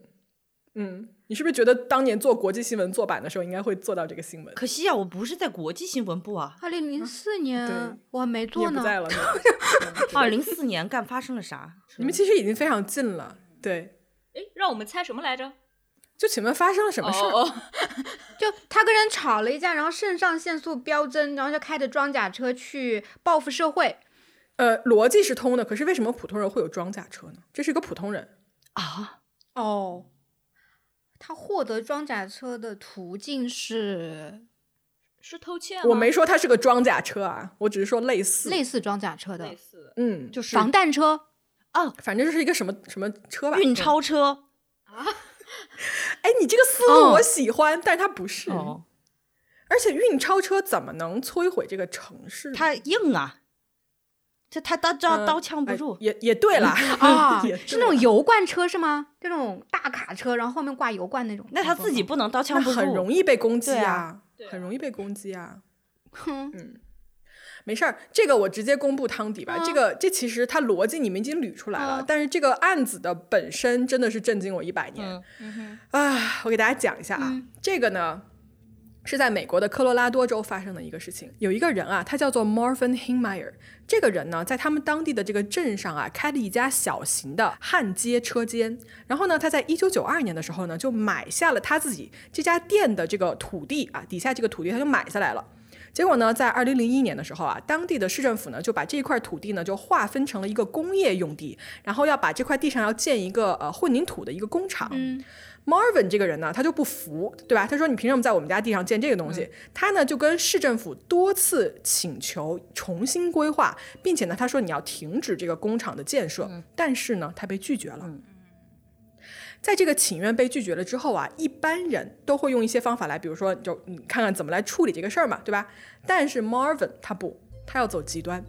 嗯，你是不是觉得当年做国际新闻做版的时候，应该会做到这个新闻？
可惜啊呀、我不是在国际新闻部啊。
二零零四
对
年我还没
你也
做
不
呢。
在了，
二零四年干发生了啥？
你们其实已经非常近了。对，
哎，让我们猜什么来着？
就请问发生了什么事儿？
哦哦，
就他跟人吵了一架，然后肾上腺素飙升，然后就开着装甲车去报复社会。
呃，逻辑是通的，可是为什么普通人会有装甲车呢？这是一个普通人，
啊，
哦，他获得装甲车的途径是
是偷窃吗？
我没说它是个装甲车啊，我只是说类似，
类似装甲车的
类，似
嗯，
就是
防弹车，
反正就是一个什么什么车吧。
运钞车。
哎，你这个思路
哦
我喜欢，但是它不是。
哦，
而且运钞车怎么能摧毁这个城市呢？
它硬啊，这它刀刀
嗯
刀枪不
哎
入。
也也对 啦，
啊
也，
是那种油罐车是吗？这种大卡车，然后后面挂油罐那种。
那他自己不能刀枪
那
不入，
很容易被攻击
对啊
对啊
很容易被攻击啊。
哼，
没事儿，这个我直接公布汤底吧。
嗯
这个这其实它逻辑你们已经捋出来了，
嗯
但是这个案子的本身真的是震惊我一百年。
嗯
啊，我给大家讲一下啊，
嗯
这个呢是在美国的科罗拉多州发生的一个事情。有一个人啊，他叫做 Marvin Hinmeyer，这个人呢，在他们当地的这个镇上啊，开了一家小型的焊接车间。然后呢，他在一九九二年的时候呢，就买下了他自己这家店的这个土地啊，底下这个土地他就买下来了。结果呢，在二零零一年的时候啊，当地的市政府呢就把这块土地呢就划分成了一个工业用地，然后要把这块地上要建一个呃混凝土的一个工厂。
嗯
Marvin 这个人呢，他就不服，对吧？他说：“你凭什么在我们家地上建这个东西？”他呢就跟市政府多次请求重新规划，并且呢他说你要停止这个工厂的建设，但是呢他被拒绝了。在这个请愿被拒绝了之后啊，一般人都会用一些方法来，比如说就你看看怎么来处理这个事儿嘛，对吧？但是 Marvin 他不，他要走极端。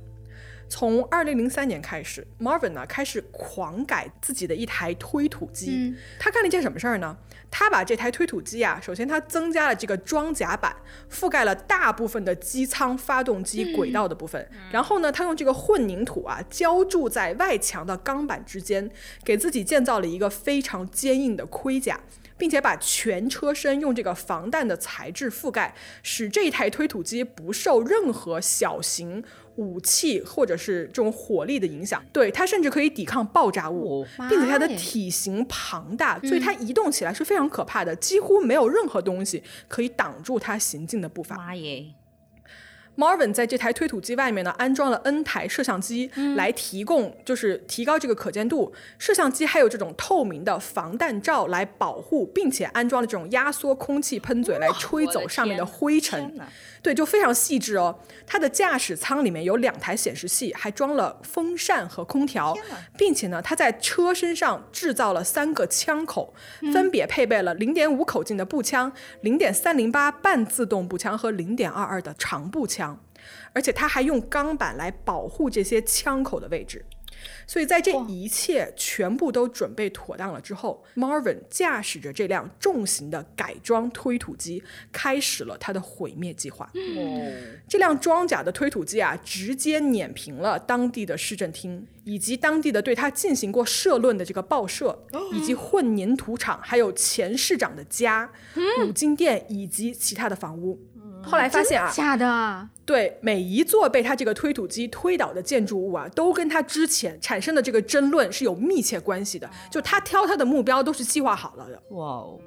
从二零零三年开始，Marvin 呢开始狂改自己的一台推土机。
嗯
他干了一件什么事儿呢？他把这台推土机啊，首先他增加了这个装甲板，覆盖了大部分的机舱、发动机、轨道的部分。然后呢，他用这个混凝土啊浇筑在外墙的钢板之间，给自己建造了一个非常坚硬的盔甲。并且把全车身用这个防弹的材质覆盖，使这台推土机不受任何小型武器或者是这种火力的影响。对，它甚至可以抵抗爆炸物，
哦
并且它的
妈耶
体型庞大，所以它移动起来是非常可怕的，几乎没有任何东西可以挡住它行进的步伐。
妈耶！
Marvin 在这台推土机外面呢，安装了 N 台摄像机，来提供就是提高这个可见度。摄像机还有这种透明的防弹罩来保护，并且安装了这种压缩空气喷嘴来吹
我
走
的
上面的
天
灰尘
天。哪，
对，就非常细致哦。它的驾驶舱里面有两台显示器，还装了风扇和空调，并且呢，它在车身上制造了三个枪口，分别配备了零点五口径的步枪、零点三零八半自动步枪和零点二二的长步枪，而且它还用钢板来保护这些枪口的位置。所以在这一切全部都准备妥当了之后，Marvin 驾驶着这辆重型的改装推土机，开始了他的毁灭计划。这辆装甲的推土机啊，直接碾平了当地的市政厅，以及当地的对他进行过社论的这个报社，以及混凝土厂，还有前市长的家、五金店以及其他的房屋。后来发现啊，
假的啊，
对每一座被他这个推土机推倒的建筑物啊，都跟他之前产生的这个争论是有密切关系的。就他挑他的目标都是计划好了的。
哇哦，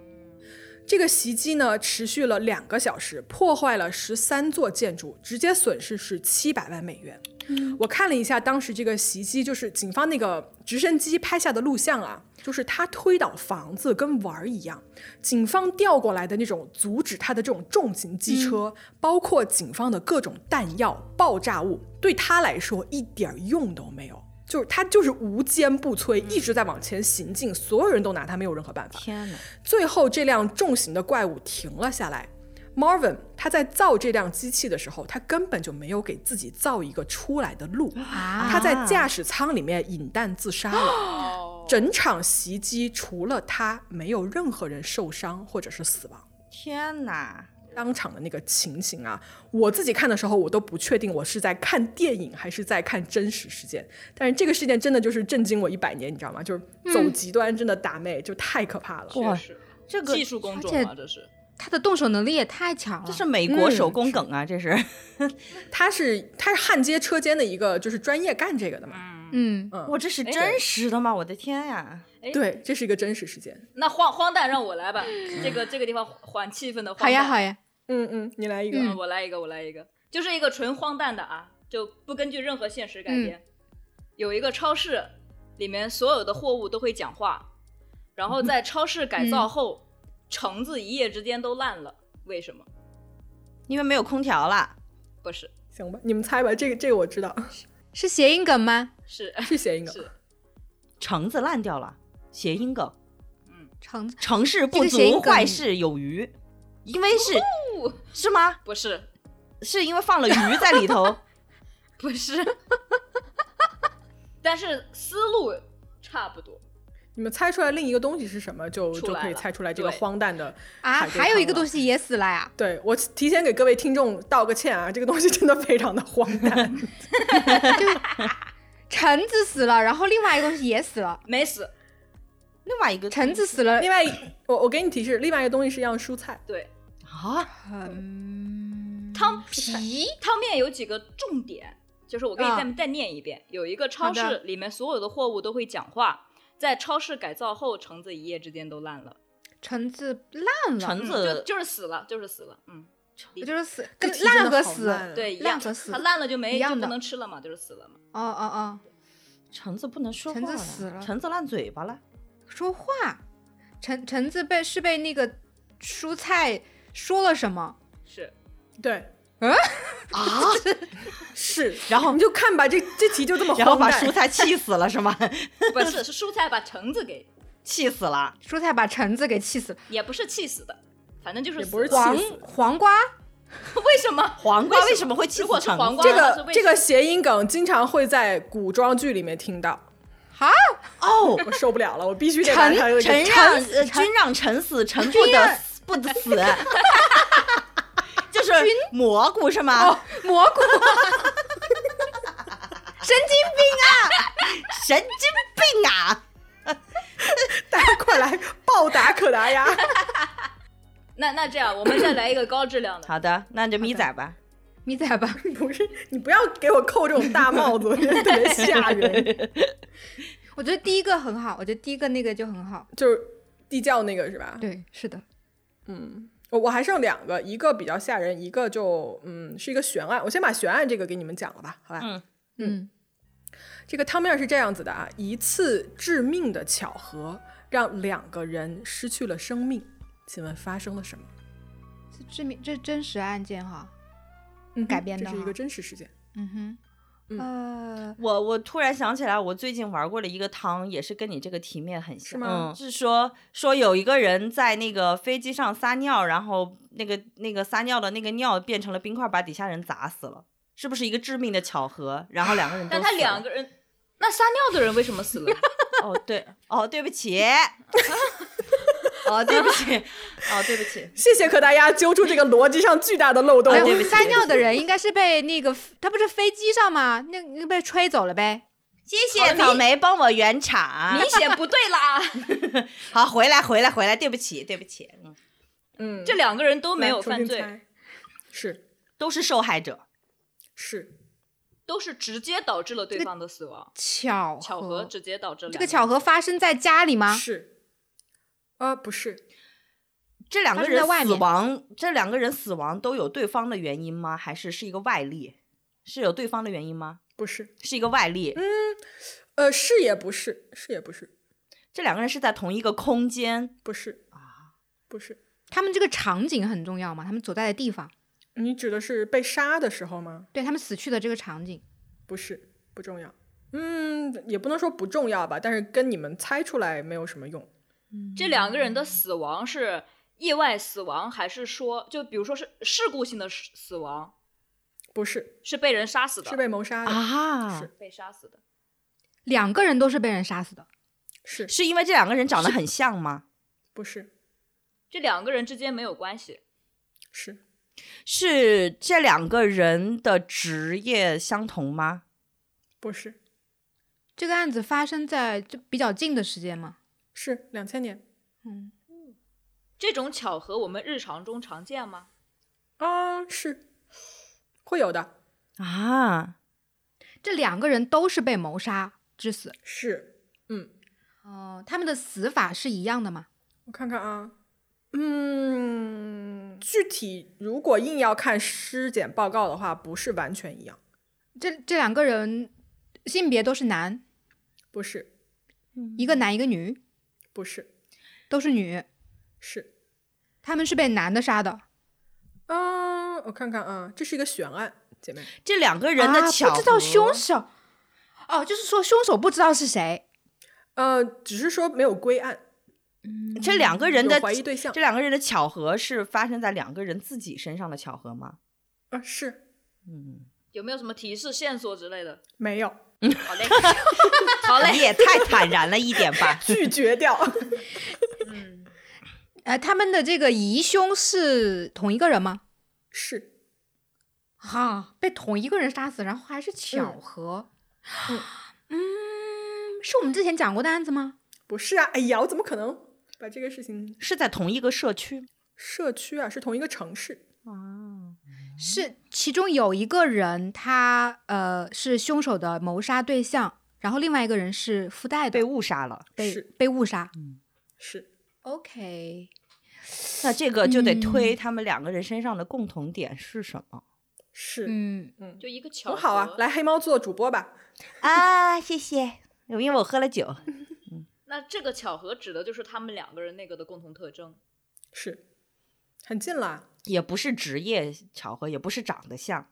这个袭击呢，持续了两个小时，破坏了十三座建筑，直接损失是七百万美元。我看了一下当时这个袭击，就是警方那个直升机拍下的录像啊，就是他推倒房子跟玩儿一样，警方调过来的那种阻止他的这种重型机车，包括警方的各种弹药、爆炸物，对他来说一点儿用都没有。就是他就是无坚不摧，一直在往前行进，所有人都拿他没有任何办法。
天哪！
最后，这辆重型的怪物停了下来。Marvin 他在造这辆机器的时候，他根本就没有给自己造一个出来的路，
啊
他在驾驶舱里面引弹自杀了。
哦，
整场袭击除了他，没有任何人受伤或者是死亡。
天哪！
当场的那个情形啊，我自己看的时候，我都不确定我是在看电影还是在看真实事件。但是这个事件真的就是震惊我一百年，你知道吗？就是走极端，真的打妹、就太可怕了。
哇
确实，
这个
技术工种
而
啊，
且
这是
他的动手能力也太强了。
这是美国手工梗啊，这是。
他是他是焊接车间的一个，就是专业干这个的嘛。
嗯，
哇，这是真实的吗？我的天呀！
对，这是一个真实事件。
那荒荒诞让我来吧，这个这个地方缓气氛的荒
好呀
诞。
好呀，
嗯嗯，你来一个。
嗯，我来一个，我来一个，就是一个纯荒诞的啊，就不根据任何现实改编。有一个超市，里面所有的货物都会讲话，然后在超市改造后，橙子一夜之间都烂了，为什么？
因为没有空调了。
不是，
行吧，你们猜吧，这个这个我知道，
是谐音梗吗？
是
是谐音梗。
是
橙子烂掉了，谐音梗，
橙子
成事
这
不
个谐
足，
音梗
坏事有余。因为是
哦
是吗？
不是
是因为放了鱼在里头，
不是， 但是思路差不多。
你们猜出来另一个东西是什么，就
出
就
来
可以
了
猜出来这个
对
荒诞的
啊，
海龟
还有一
汤
个
了
东西也死了呀。
对我提前给各位听众道个歉啊， 这个东西真的非常的荒 诞。
橙子死了，然后另外一个东西也死了。
没死，
另外一个
橙子死了
另，外，我我给你提示，另外一个东西是一样蔬菜，
对，
啊，
嗯，
汤皮汤面有几个重点，就是我给你
啊
再、再念一遍，有一个超
好
市
的
里面所有的货物都会讲话。在超市改造后，橙子一夜之间都烂了，嗯
橙子烂了，
橙
就
子
就是死了，就是死了，嗯，
就是死
这
跟
题真
烂
的
和
好
死。
烂啊
对，一
烂
样，
和死
它烂了就没
一样
就不
的
能吃了嘛，就是死了嘛。
哦哦
橙子不能说话
橙子死了
橙子烂嘴巴了。
哦，说话，橙橙子被是被那个蔬菜说了什么？
是，
对，
啊，
是。
然后
你就看吧，这这题就这么
然后
荒
把
诞。
蔬菜气死了是吗？
不是是蔬菜把橙子给，
气死了，
蔬菜把橙子给气死了。
也不是气死的，反正就是
也
死
不是
了
黄
气死
黄瓜
为什么？
黄瓜为什么会气
如果
死
是
橙
黄
子？
瓜
这
它是
个
为
这
什
个谐音梗经常会在古装剧里面听到，
啊，
哦，
我受不了了，我必须得把
臣
它给
臣让呃君让臣死，臣不得死不得死， 就是蘑菇是吗？
蘑菇，神经病 啊！
神经病啊！
大家快来暴打可达鸭。
那那这样，我们再来一个高质量的。
好的，那就咪仔吧。
米仔吧，
不是，你不要给我扣这种大帽子，我觉得特别吓人。
我觉得第一个很好，我觉得第一个那个就很好。
就是地窖那个是吧？
对，是的，
我我还剩两个，一个比较吓人，一个就嗯是一个悬案。我先把悬案这个给你们讲了吧，好吧？
嗯
嗯，
这个汤面是这样子的啊，一次致命的巧合让两个人失去了生命。请问发生了什么？
是致命，这真实案件哈。
嗯
改编的
这是一
哈
个真实事件。
嗯哼，呃，
我我突然想起来，我最近玩过了一个汤，也是跟你这个题面很像，
是吗
嗯、是说说有一个人在那个飞机上撒尿，然后那个那个撒尿的那个尿变成了冰块，把底下人砸死了，是不是一个致命的巧合？然后两 个人都
但
死了，
他两个人，那撒尿的人为什么死了？
哦对哦对不起，哦对不起，哦对不起，
谢谢可达鸭揪住这个逻辑上巨大的漏洞。
哎
哦对
呦，
不起
撒尿的人应该是被那个，他不是飞机上吗？那那被吹走了呗。
谢谢草莓帮我圆场
明，显不对啦，
好回来回来回来，对不起对不起，嗯，
嗯，
这两个人都
都
没有犯罪，，
是
都是受害者，
是
都是直接导致了对方的死亡，
巧
巧合直接导致了
这个巧合发生在家里吗？
是，啊不是，
这两个
发生
人
在外
死
面
亡，这两个人死亡都有对方的原因吗？还是是一个外力？是有对方的原因吗？
不是，
是一个外力。
呃是也不是，是也不是，
这两个人是在同一个空间，
不是啊，不是。
他们这个场景很重要吗？他们所在的地方，
你指的是被杀的时候吗？
对他们死去的这个场景，
不是，不重要。嗯，也不能说不重要吧，但是跟你们猜出来没有什么用。
这两个人的死亡是意外死亡，还是说就比如说是事故性的死死亡，
不是，
是被人杀死的？
是被谋杀的嗯
啊
是
被杀死的。
两个人都是被人杀死的。
是
是因为这两个人长得很像吗？
不是？
这两个人之间没有关系，
是
是这两个人的职业相同吗？
不是？
这个案子发生在就比较近的时间吗？
是两千年
嗯，
这种巧合我们日常中常见吗？
啊，是会有的，
啊，
这两个人都是被谋杀致死。
是嗯，
哦、他们的死法是一样的吗？
我看看啊，嗯，具体如果硬要看尸检报告的话，不是完全一样，
这这两个人性别都是男，
不是，
一个男一个女，
不是，
都是女。
是
他们是被男的杀的，
嗯，我看看啊，这是一个悬案，姐妹。
这两个人的巧合，
啊、不知道凶手。哦，就是说凶手不知道是谁。
呃，只是说没有归案，
这两个人的
有怀疑对象
这两个人的巧合是发生在两个人自己身上的巧合吗？
啊，是
嗯，
有没有什么提示、线索之类的？
没有。
好嘞，好
你
嘞，
也太坦然了一点吧
拒绝掉。
嗯，
呃，他们的这个疑凶是同一个人吗？
是，
啊，被同一个人杀死，然后还是巧
嗯
合。
嗯
嗯，是我们之前讲过的案子吗？
不是啊？哎呀，我怎么可能把这个事情？
是在同一个社区
社区啊，是同一个城市，
啊，
是其中有一个人他呃是凶手的谋杀对象，然后另外一个人是附带的
被嗯误杀了。
被
是
被误杀。
是
OK，
那这个就得推他们两个人身上的共同点是什么、
是，
嗯，
嗯，
就一个巧
很
合。
好啊。来，黑猫做主播吧。
啊？谢谢，因为我喝了酒。
那这个巧合指的就是他们两个人那个的共同特征。
是，很近啊啦。
也不是职业巧合，也不是长得像，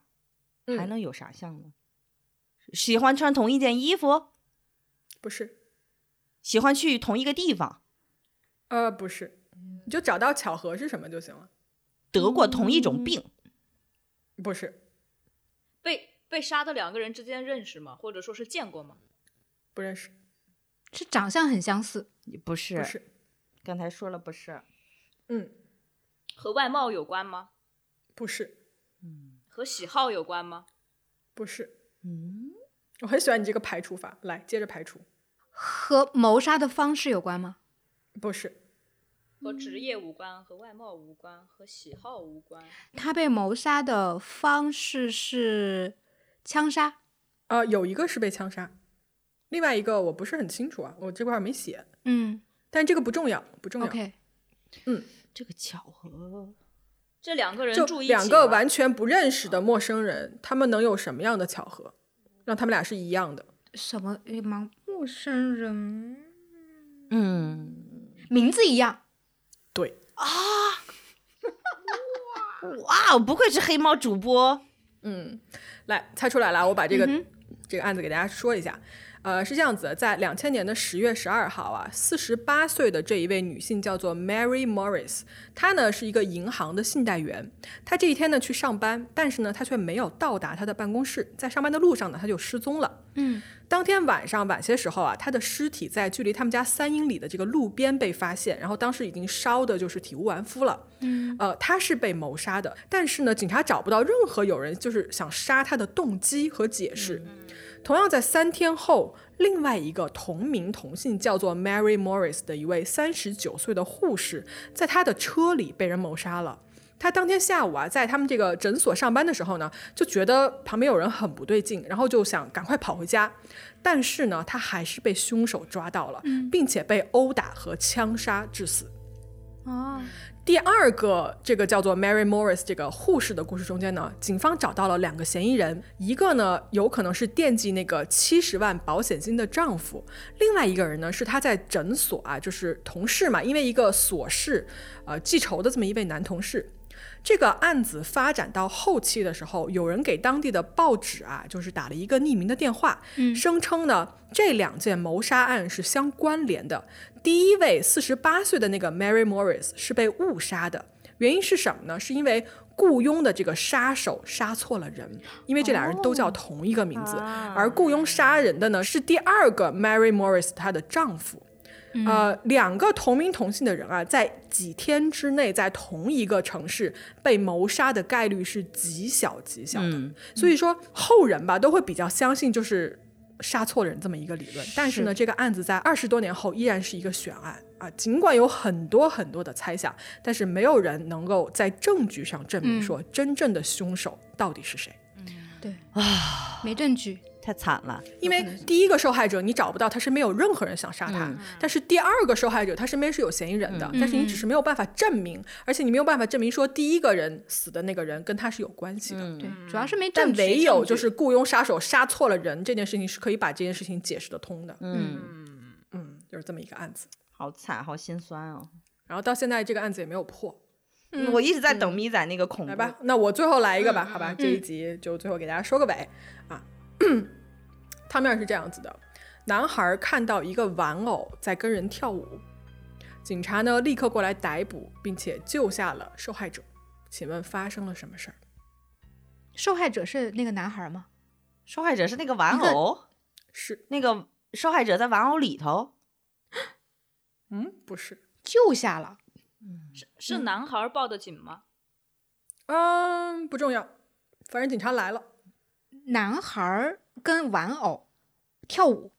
嗯
还能有啥像呢？喜欢穿同一件衣服，
不是，
喜欢去同一个地方，
呃，不是，你就找到巧合是什么就行了。
得过同一种病，
不是，
被被杀的两个人之间认识吗？或者说是见过吗？
不认识，
是长相很相似，
不是？
不是，
刚才说了不是，
嗯，
和外貌有关吗？
不是，
和喜好有关吗？
不是。
嗯，
我很喜欢你这个排除法，来接着排除。
和谋杀的方式有关吗？
不是，
和职业无关，和外貌无关，和喜好无关。
他被谋杀的方式是枪杀，
呃，有一个是被枪杀，另外一个我不是很清楚啊，我这块儿没写，
嗯
但这个不重要，不重要。
，OK，
这个巧合，
这两个人
就
住一起吗，
两个完全不认识的陌生人，他们能有什么样的巧合，让他们俩是一样的？
什么诶忙陌生人
嗯，
名字一样，
对，
哇，不愧是黑猫主播，
嗯，来猜出来了啊，我把这个、
嗯
这个案子给大家说一下。呃，是这样子，在两千年的十月十二号啊，四十八岁的这一位女性叫做 Mary Morris，她呢是一个银行的信贷员。她这一天呢去上班，但是呢她却没有到达她的办公室，在上班的路上呢她就失踪了。
嗯，
当天晚上晚些时候啊，她的尸体在距离他们家三英里的这个路边被发现，然后当时已经烧的就是体无完肤了。嗯，呃，她是被谋杀的，但是呢，警察找不到任何有人就是想杀她的动机和解释。同样在三天后，另外一个同名同姓叫做 Mary Morris 的一位三十九岁的护士，在她的车里被人谋杀了。她当天下午啊，在他们这个诊所上班的时候呢，就觉得旁边有人很不对劲，然后就想赶快跑回家。但是呢，她还是被凶手抓到了，并且被殴打和枪杀致死。
哦，
第二个这个叫做 Mary Morris 这个护士的故事中间呢，警方找到了两个嫌疑人，一个呢有可能是惦记那个七十万保险金的丈夫，另外一个人呢是她在诊所啊，就是同事嘛，因为一个琐事呃记仇的这么一位男同事。这个案子发展到后期的时候，有人给当地的报纸啊，就是打了一个匿名的电话，声称呢这两件谋杀案是相关联的。第一位四十八岁的那个 Mary Morris 是被误杀的，原因是什么呢？是因为雇佣的这个杀手杀错了人，因为这俩人都叫同一个名字，而雇佣杀人的呢是第二个 Mary Morris 她的丈夫。呃，两个同名同姓的人啊，在几天之内在同一个城市被谋杀的概率是极小极小的，
嗯
所以说后人吧都会比较相信就是杀错人这么一个理论。但是呢，这个案子在二十多年后依然是一个悬案啊，尽管有很多很多的猜想，但是没有人能够在证据上证明说真正的凶手到底是谁。
对没证据，
太惨了，
因为第一个受害者你找不到，他身边有任何人想杀他，
嗯
但是第二个受害者他身边是有嫌疑人的，
嗯
但是你只是没有办法证明，而且你没有办法证明说第一个人死的那个人跟他是有关系的。
对，主要是没嗯证
但
据，
唯有就
证据
是雇佣杀手杀错了人这件事情是可以把这件事情解释得通的。
嗯，
嗯，就是这么一个案子。
好惨，好心酸哦。
然后到现在这个案子也没有破，
嗯
我一直在等咪仔那个恐怖
来。吧，那我最后来一个吧，
嗯
好吧
嗯，
这一集就最后给大家说个尾啊。汤面是这样子的：男孩看到一个玩偶在跟人跳舞，警察呢立刻过来逮捕，并且救下了受害者。请问发生了什么事儿？
受害者是那个男孩吗？
受害者是那个玩偶，
是，
那个受害者在玩偶里头，
嗯，不是，
救下了，
是男孩报的警吗？
嗯，不重要，反正警察来了。
男孩跟玩偶跳舞。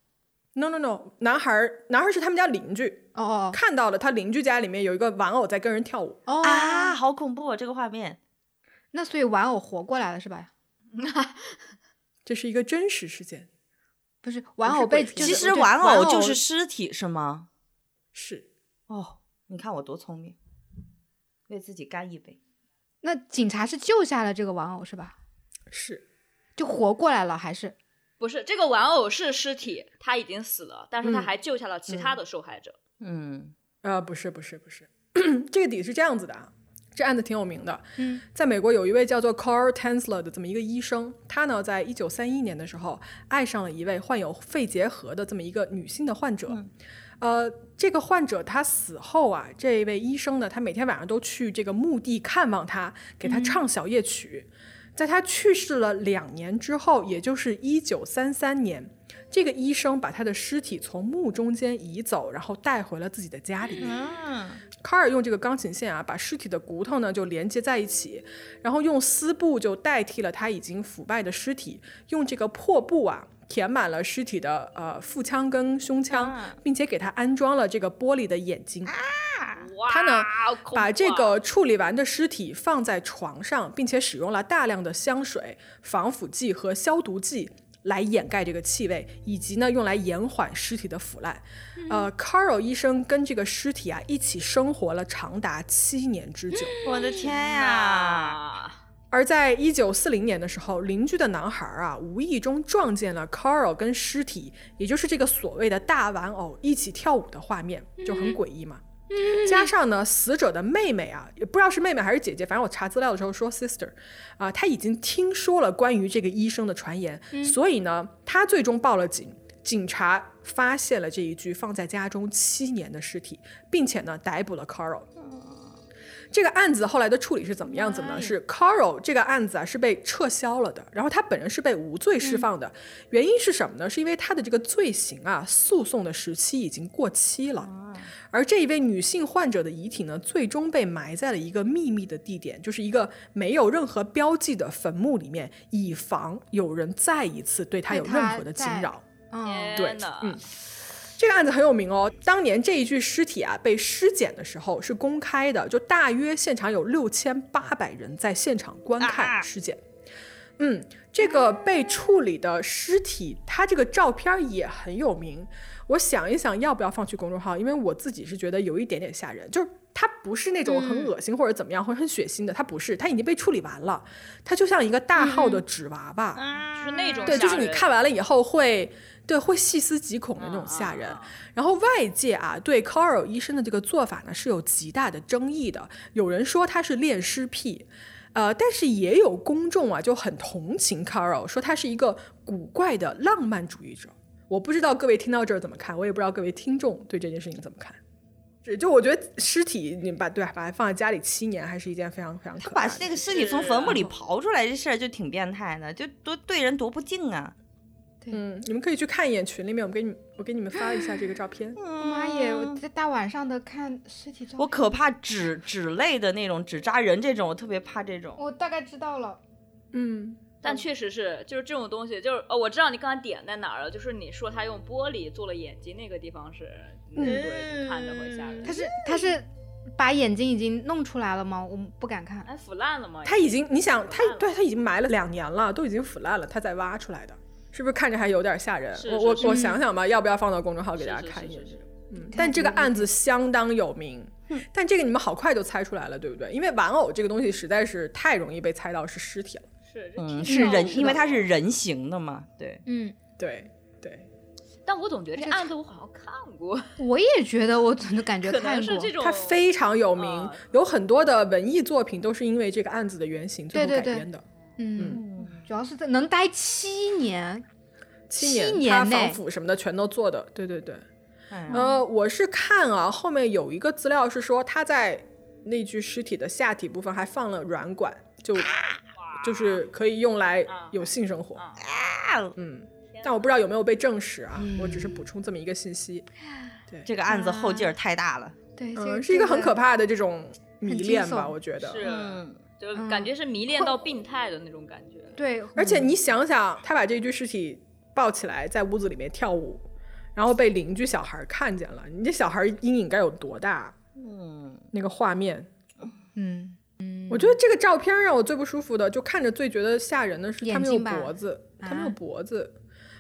No no no，男孩儿男孩儿是他们家邻居，
哦
看到了他邻居家里面有一个玩偶在跟人跳舞。
哦哦
啊，！好恐怖、哦、这个画面。
那所以玩偶活过来了是吧？
这是一个真实事件，
不是玩偶被，就是
其实
对
玩
玩
偶就是尸体是吗？
是
哦，你看我多聪明，为自己干一杯。
那警察是救下了这个玩偶是吧？
是，
就活过来了还是？
不是，这个玩偶是尸体，他已经死了，但是
嗯
他还救下了其他的受害者。
嗯，
呃，不是不是不是， 这个底是这样子的啊，这案子挺有名的，
嗯，
在美国有一位叫做 Carl Tensler 的这么一个医生，他呢在一九三一年的时候爱上了一位患有肺结核的这么一个女性的患者。呃，这个患者她死后啊，这位医生呢，他每天晚上都去这个墓地看望她，给她唱小夜曲。在她去世了两年之后，也就是一九三三年，这个医生把她的尸体从墓中间移走，然后带回了自己的家里。卡尔用这个钢琴线啊，把尸体的骨头呢就连接在一起，然后用丝布就代替了他已经腐败的尸体，用这个破布啊填满了尸体的呃腹腔跟胸腔，并且给他安装了这个玻璃的眼睛。
哇，
啊他呢
好恐怖啊
把这个处理完的尸体放在床上，并且使用了大量的香水、防腐剂和消毒剂来掩盖这个气味，以及呢用来延缓尸体的腐烂。呃，Carl 医生跟这个尸体啊一起生活了长达七年之久。
我的天呀、
啊，
而在一九四零年的时候，邻居的男孩啊，无意中撞见了 Carl 跟尸体，也就是这个所谓的大玩偶一起跳舞的画面，就很诡异嘛。加上呢，死者的妹妹啊，也不知道是妹妹还是姐姐，反正我查资料的时候说 sister，啊、她已经听说了关于这个医生的传言，所以呢，她最终报了警。警察发现了这一具放在家中七年的尸体，并且呢逮捕了 Carl。这个案子后来的处理是怎么样子呢？是 Carl 这个案子啊是被撤销了的，然后他本人是被无罪释放的。原因是什么呢？是因为他的这个罪行啊，诉讼的时期已经过期了。而这一位女性患者的遗体呢，最终被埋在了一个秘密的地点，就是一个没有任何标记的坟墓里面，以防有人再一次对她有任何的惊扰。
嗯，
对
天哪，
嗯这个案子很有名哦。当年这一具尸体啊被尸检的时候是公开的，就大约现场有六千八百人在现场观
啊
看尸检。嗯，这个被处理的尸体，它这个照片也很有名。我想一想，要不要放去公众号？因为我自己是觉得有一点点吓人，就是它不是那种
嗯
很恶心或者怎么样，或者很血腥的，它不是，它已经被处理完了，它就像一个大号
嗯
的纸娃娃。
啊
就是那种
对，就是
吓
你
人
看完了以后会，对，会细思极恐的那
嗯
种吓人。然后外界啊，对 Carl 医生的这个做法呢是有极大的争议的，有人说他是恋尸癖。呃，但是也有公众啊就很同情 Carl，说他是一个古怪的浪漫主义者。我不知道各位听到这儿怎么看，我也不知道各位听众对这件事情怎么看。只就我觉得尸体你把对吧，啊把它放在家里七年，还是一件非常非常可
他
怕
把
的事
那
情。
个尸体从坟墓里刨出来这事儿就挺变态的，就多对人多不敬啊！
嗯，你们可以去看一眼群里面，我给你们我给你们发了一下这个照片。
妈耶！我在大晚上的看尸体照片，
嗯我可怕纸纸类的那种纸扎人这种，我特别怕这种。
我大概知道了。
嗯，
但确实是，就是这种东西，就是哦，我知道你刚才点在哪儿了，就是你说他用玻璃做了眼睛那个地方是，嗯，对，看着会吓人。
他是他是把眼睛已经弄出来了吗？我不敢看。
哎腐烂了吗？
他已经，你想，他
腐烂了
对他已经埋了两年了，都已经腐烂了，他再挖出来的，是不是看着还有点吓人？
是
我
是
我
是
我想想吧，要不要放到公众号
是
给大
是
家看一眼
是？是是
嗯，但这个案子相当有名，
嗯
但这个你们好快就猜出来了，对不对？因为玩偶这个东西实在是太容易被猜到是尸体了。
是，这
嗯，
挺闹
是
的
人，因为它是人形的嘛，对。
嗯，
对对，
但我总觉得这
这
案子我好像看过，
我也觉得，我怎么感觉
可
看
能是
过
这？种
它非常有名，
啊
有很多的文艺作品都是因为这个案子的原型最后
对
改
对对
编的。
嗯，
嗯
主要是在能待七年，
七
七
年，
年
他
内
防腐什么的全都做的，对对对。
哎呀
呃，我是看啊，后面有一个资料是说他在那具尸体的下体部分还放了软管，就就是可以用来
啊
有性生活。
啊，
嗯，
天
但我不知道有没有被证实啊，我只是补充这么一个信息。
这个案子后劲儿太大了。
对，这
嗯，是一个很可怕的这种迷恋吧，
很惊悚
我觉得。
是，
嗯
就
嗯
感觉是迷恋到病态的那种感觉。
对，嗯
而且你想想，他把这具尸体抱起来，在屋子里面跳舞，然后被邻居小孩看见了，你这小孩阴影该有多大？
嗯，
那个画面，
嗯，
我觉得这个照片让我最不舒服的，就看着最觉得吓人的是他
眼
没有
睛吧
脖子，他没有
啊
脖子。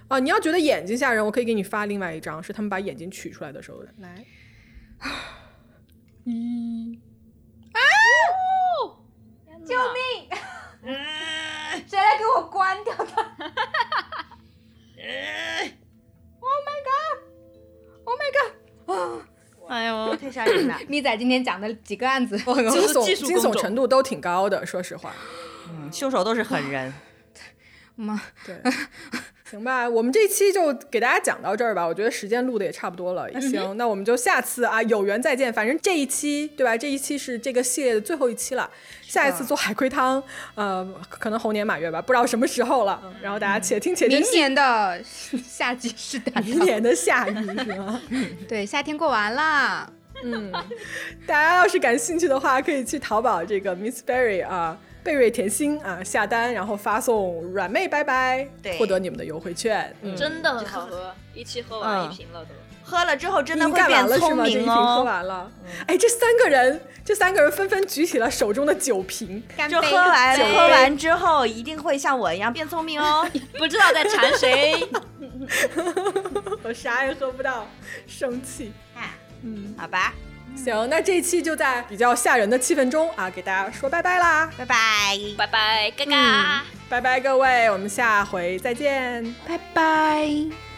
啊，你要觉得眼睛吓人，我可以给你发另外一张，是他们把眼睛取出来的时候的。
来，
救命！
谁来给我关掉它？Oh my god! Oh my god! 啊！
哎呦，太吓人了。
咪仔今天讲的几个案子，我很
惊
是
悚
技术
惊
工
悚
种
程度都挺高的，说实话。
嗯凶手都是狠人。
妈，
对，行吧，我们这期就给大家讲到这儿吧。我觉得时间录的也差不多了，行，那我们就下次啊有缘再见。反正这一期对吧？这一期是这个系列的最后一期了，下一次做海龟汤，呃，可能猴年马月吧，不知道什么时候了。嗯然后大家且听且珍
明
惜。
年的夏季是蛋
明
糕，
年的下 雨是 吗？
对，夏天过完啦。
嗯， 大家要是感兴趣的话，可以去淘宝这个 Miss Berry 啊，贝瑞甜心啊下单，然后发送“软妹拜拜”，
对
获得你们的优惠券。嗯，
真的很好喝，一期喝完
嗯
一瓶了都。
喝了之后真
已
的
经
会
干完
变
了是
聪
吗？这一瓶
明
喝
哦。
完了，哎，这三个人，这三个人纷纷举起了手中的酒瓶，
干
就
杯
喝完
酒
喝完之后，一定会像我一样变聪明哦。
不知道在馋 谁。
我啥也喝不到，生气。
嗯，好吧，
行，那这一期就在比较吓人的气氛中啊，给大家说拜拜啦，
拜拜。
拜拜，嘎嘎。
拜拜各位，我们下回再见。
拜拜。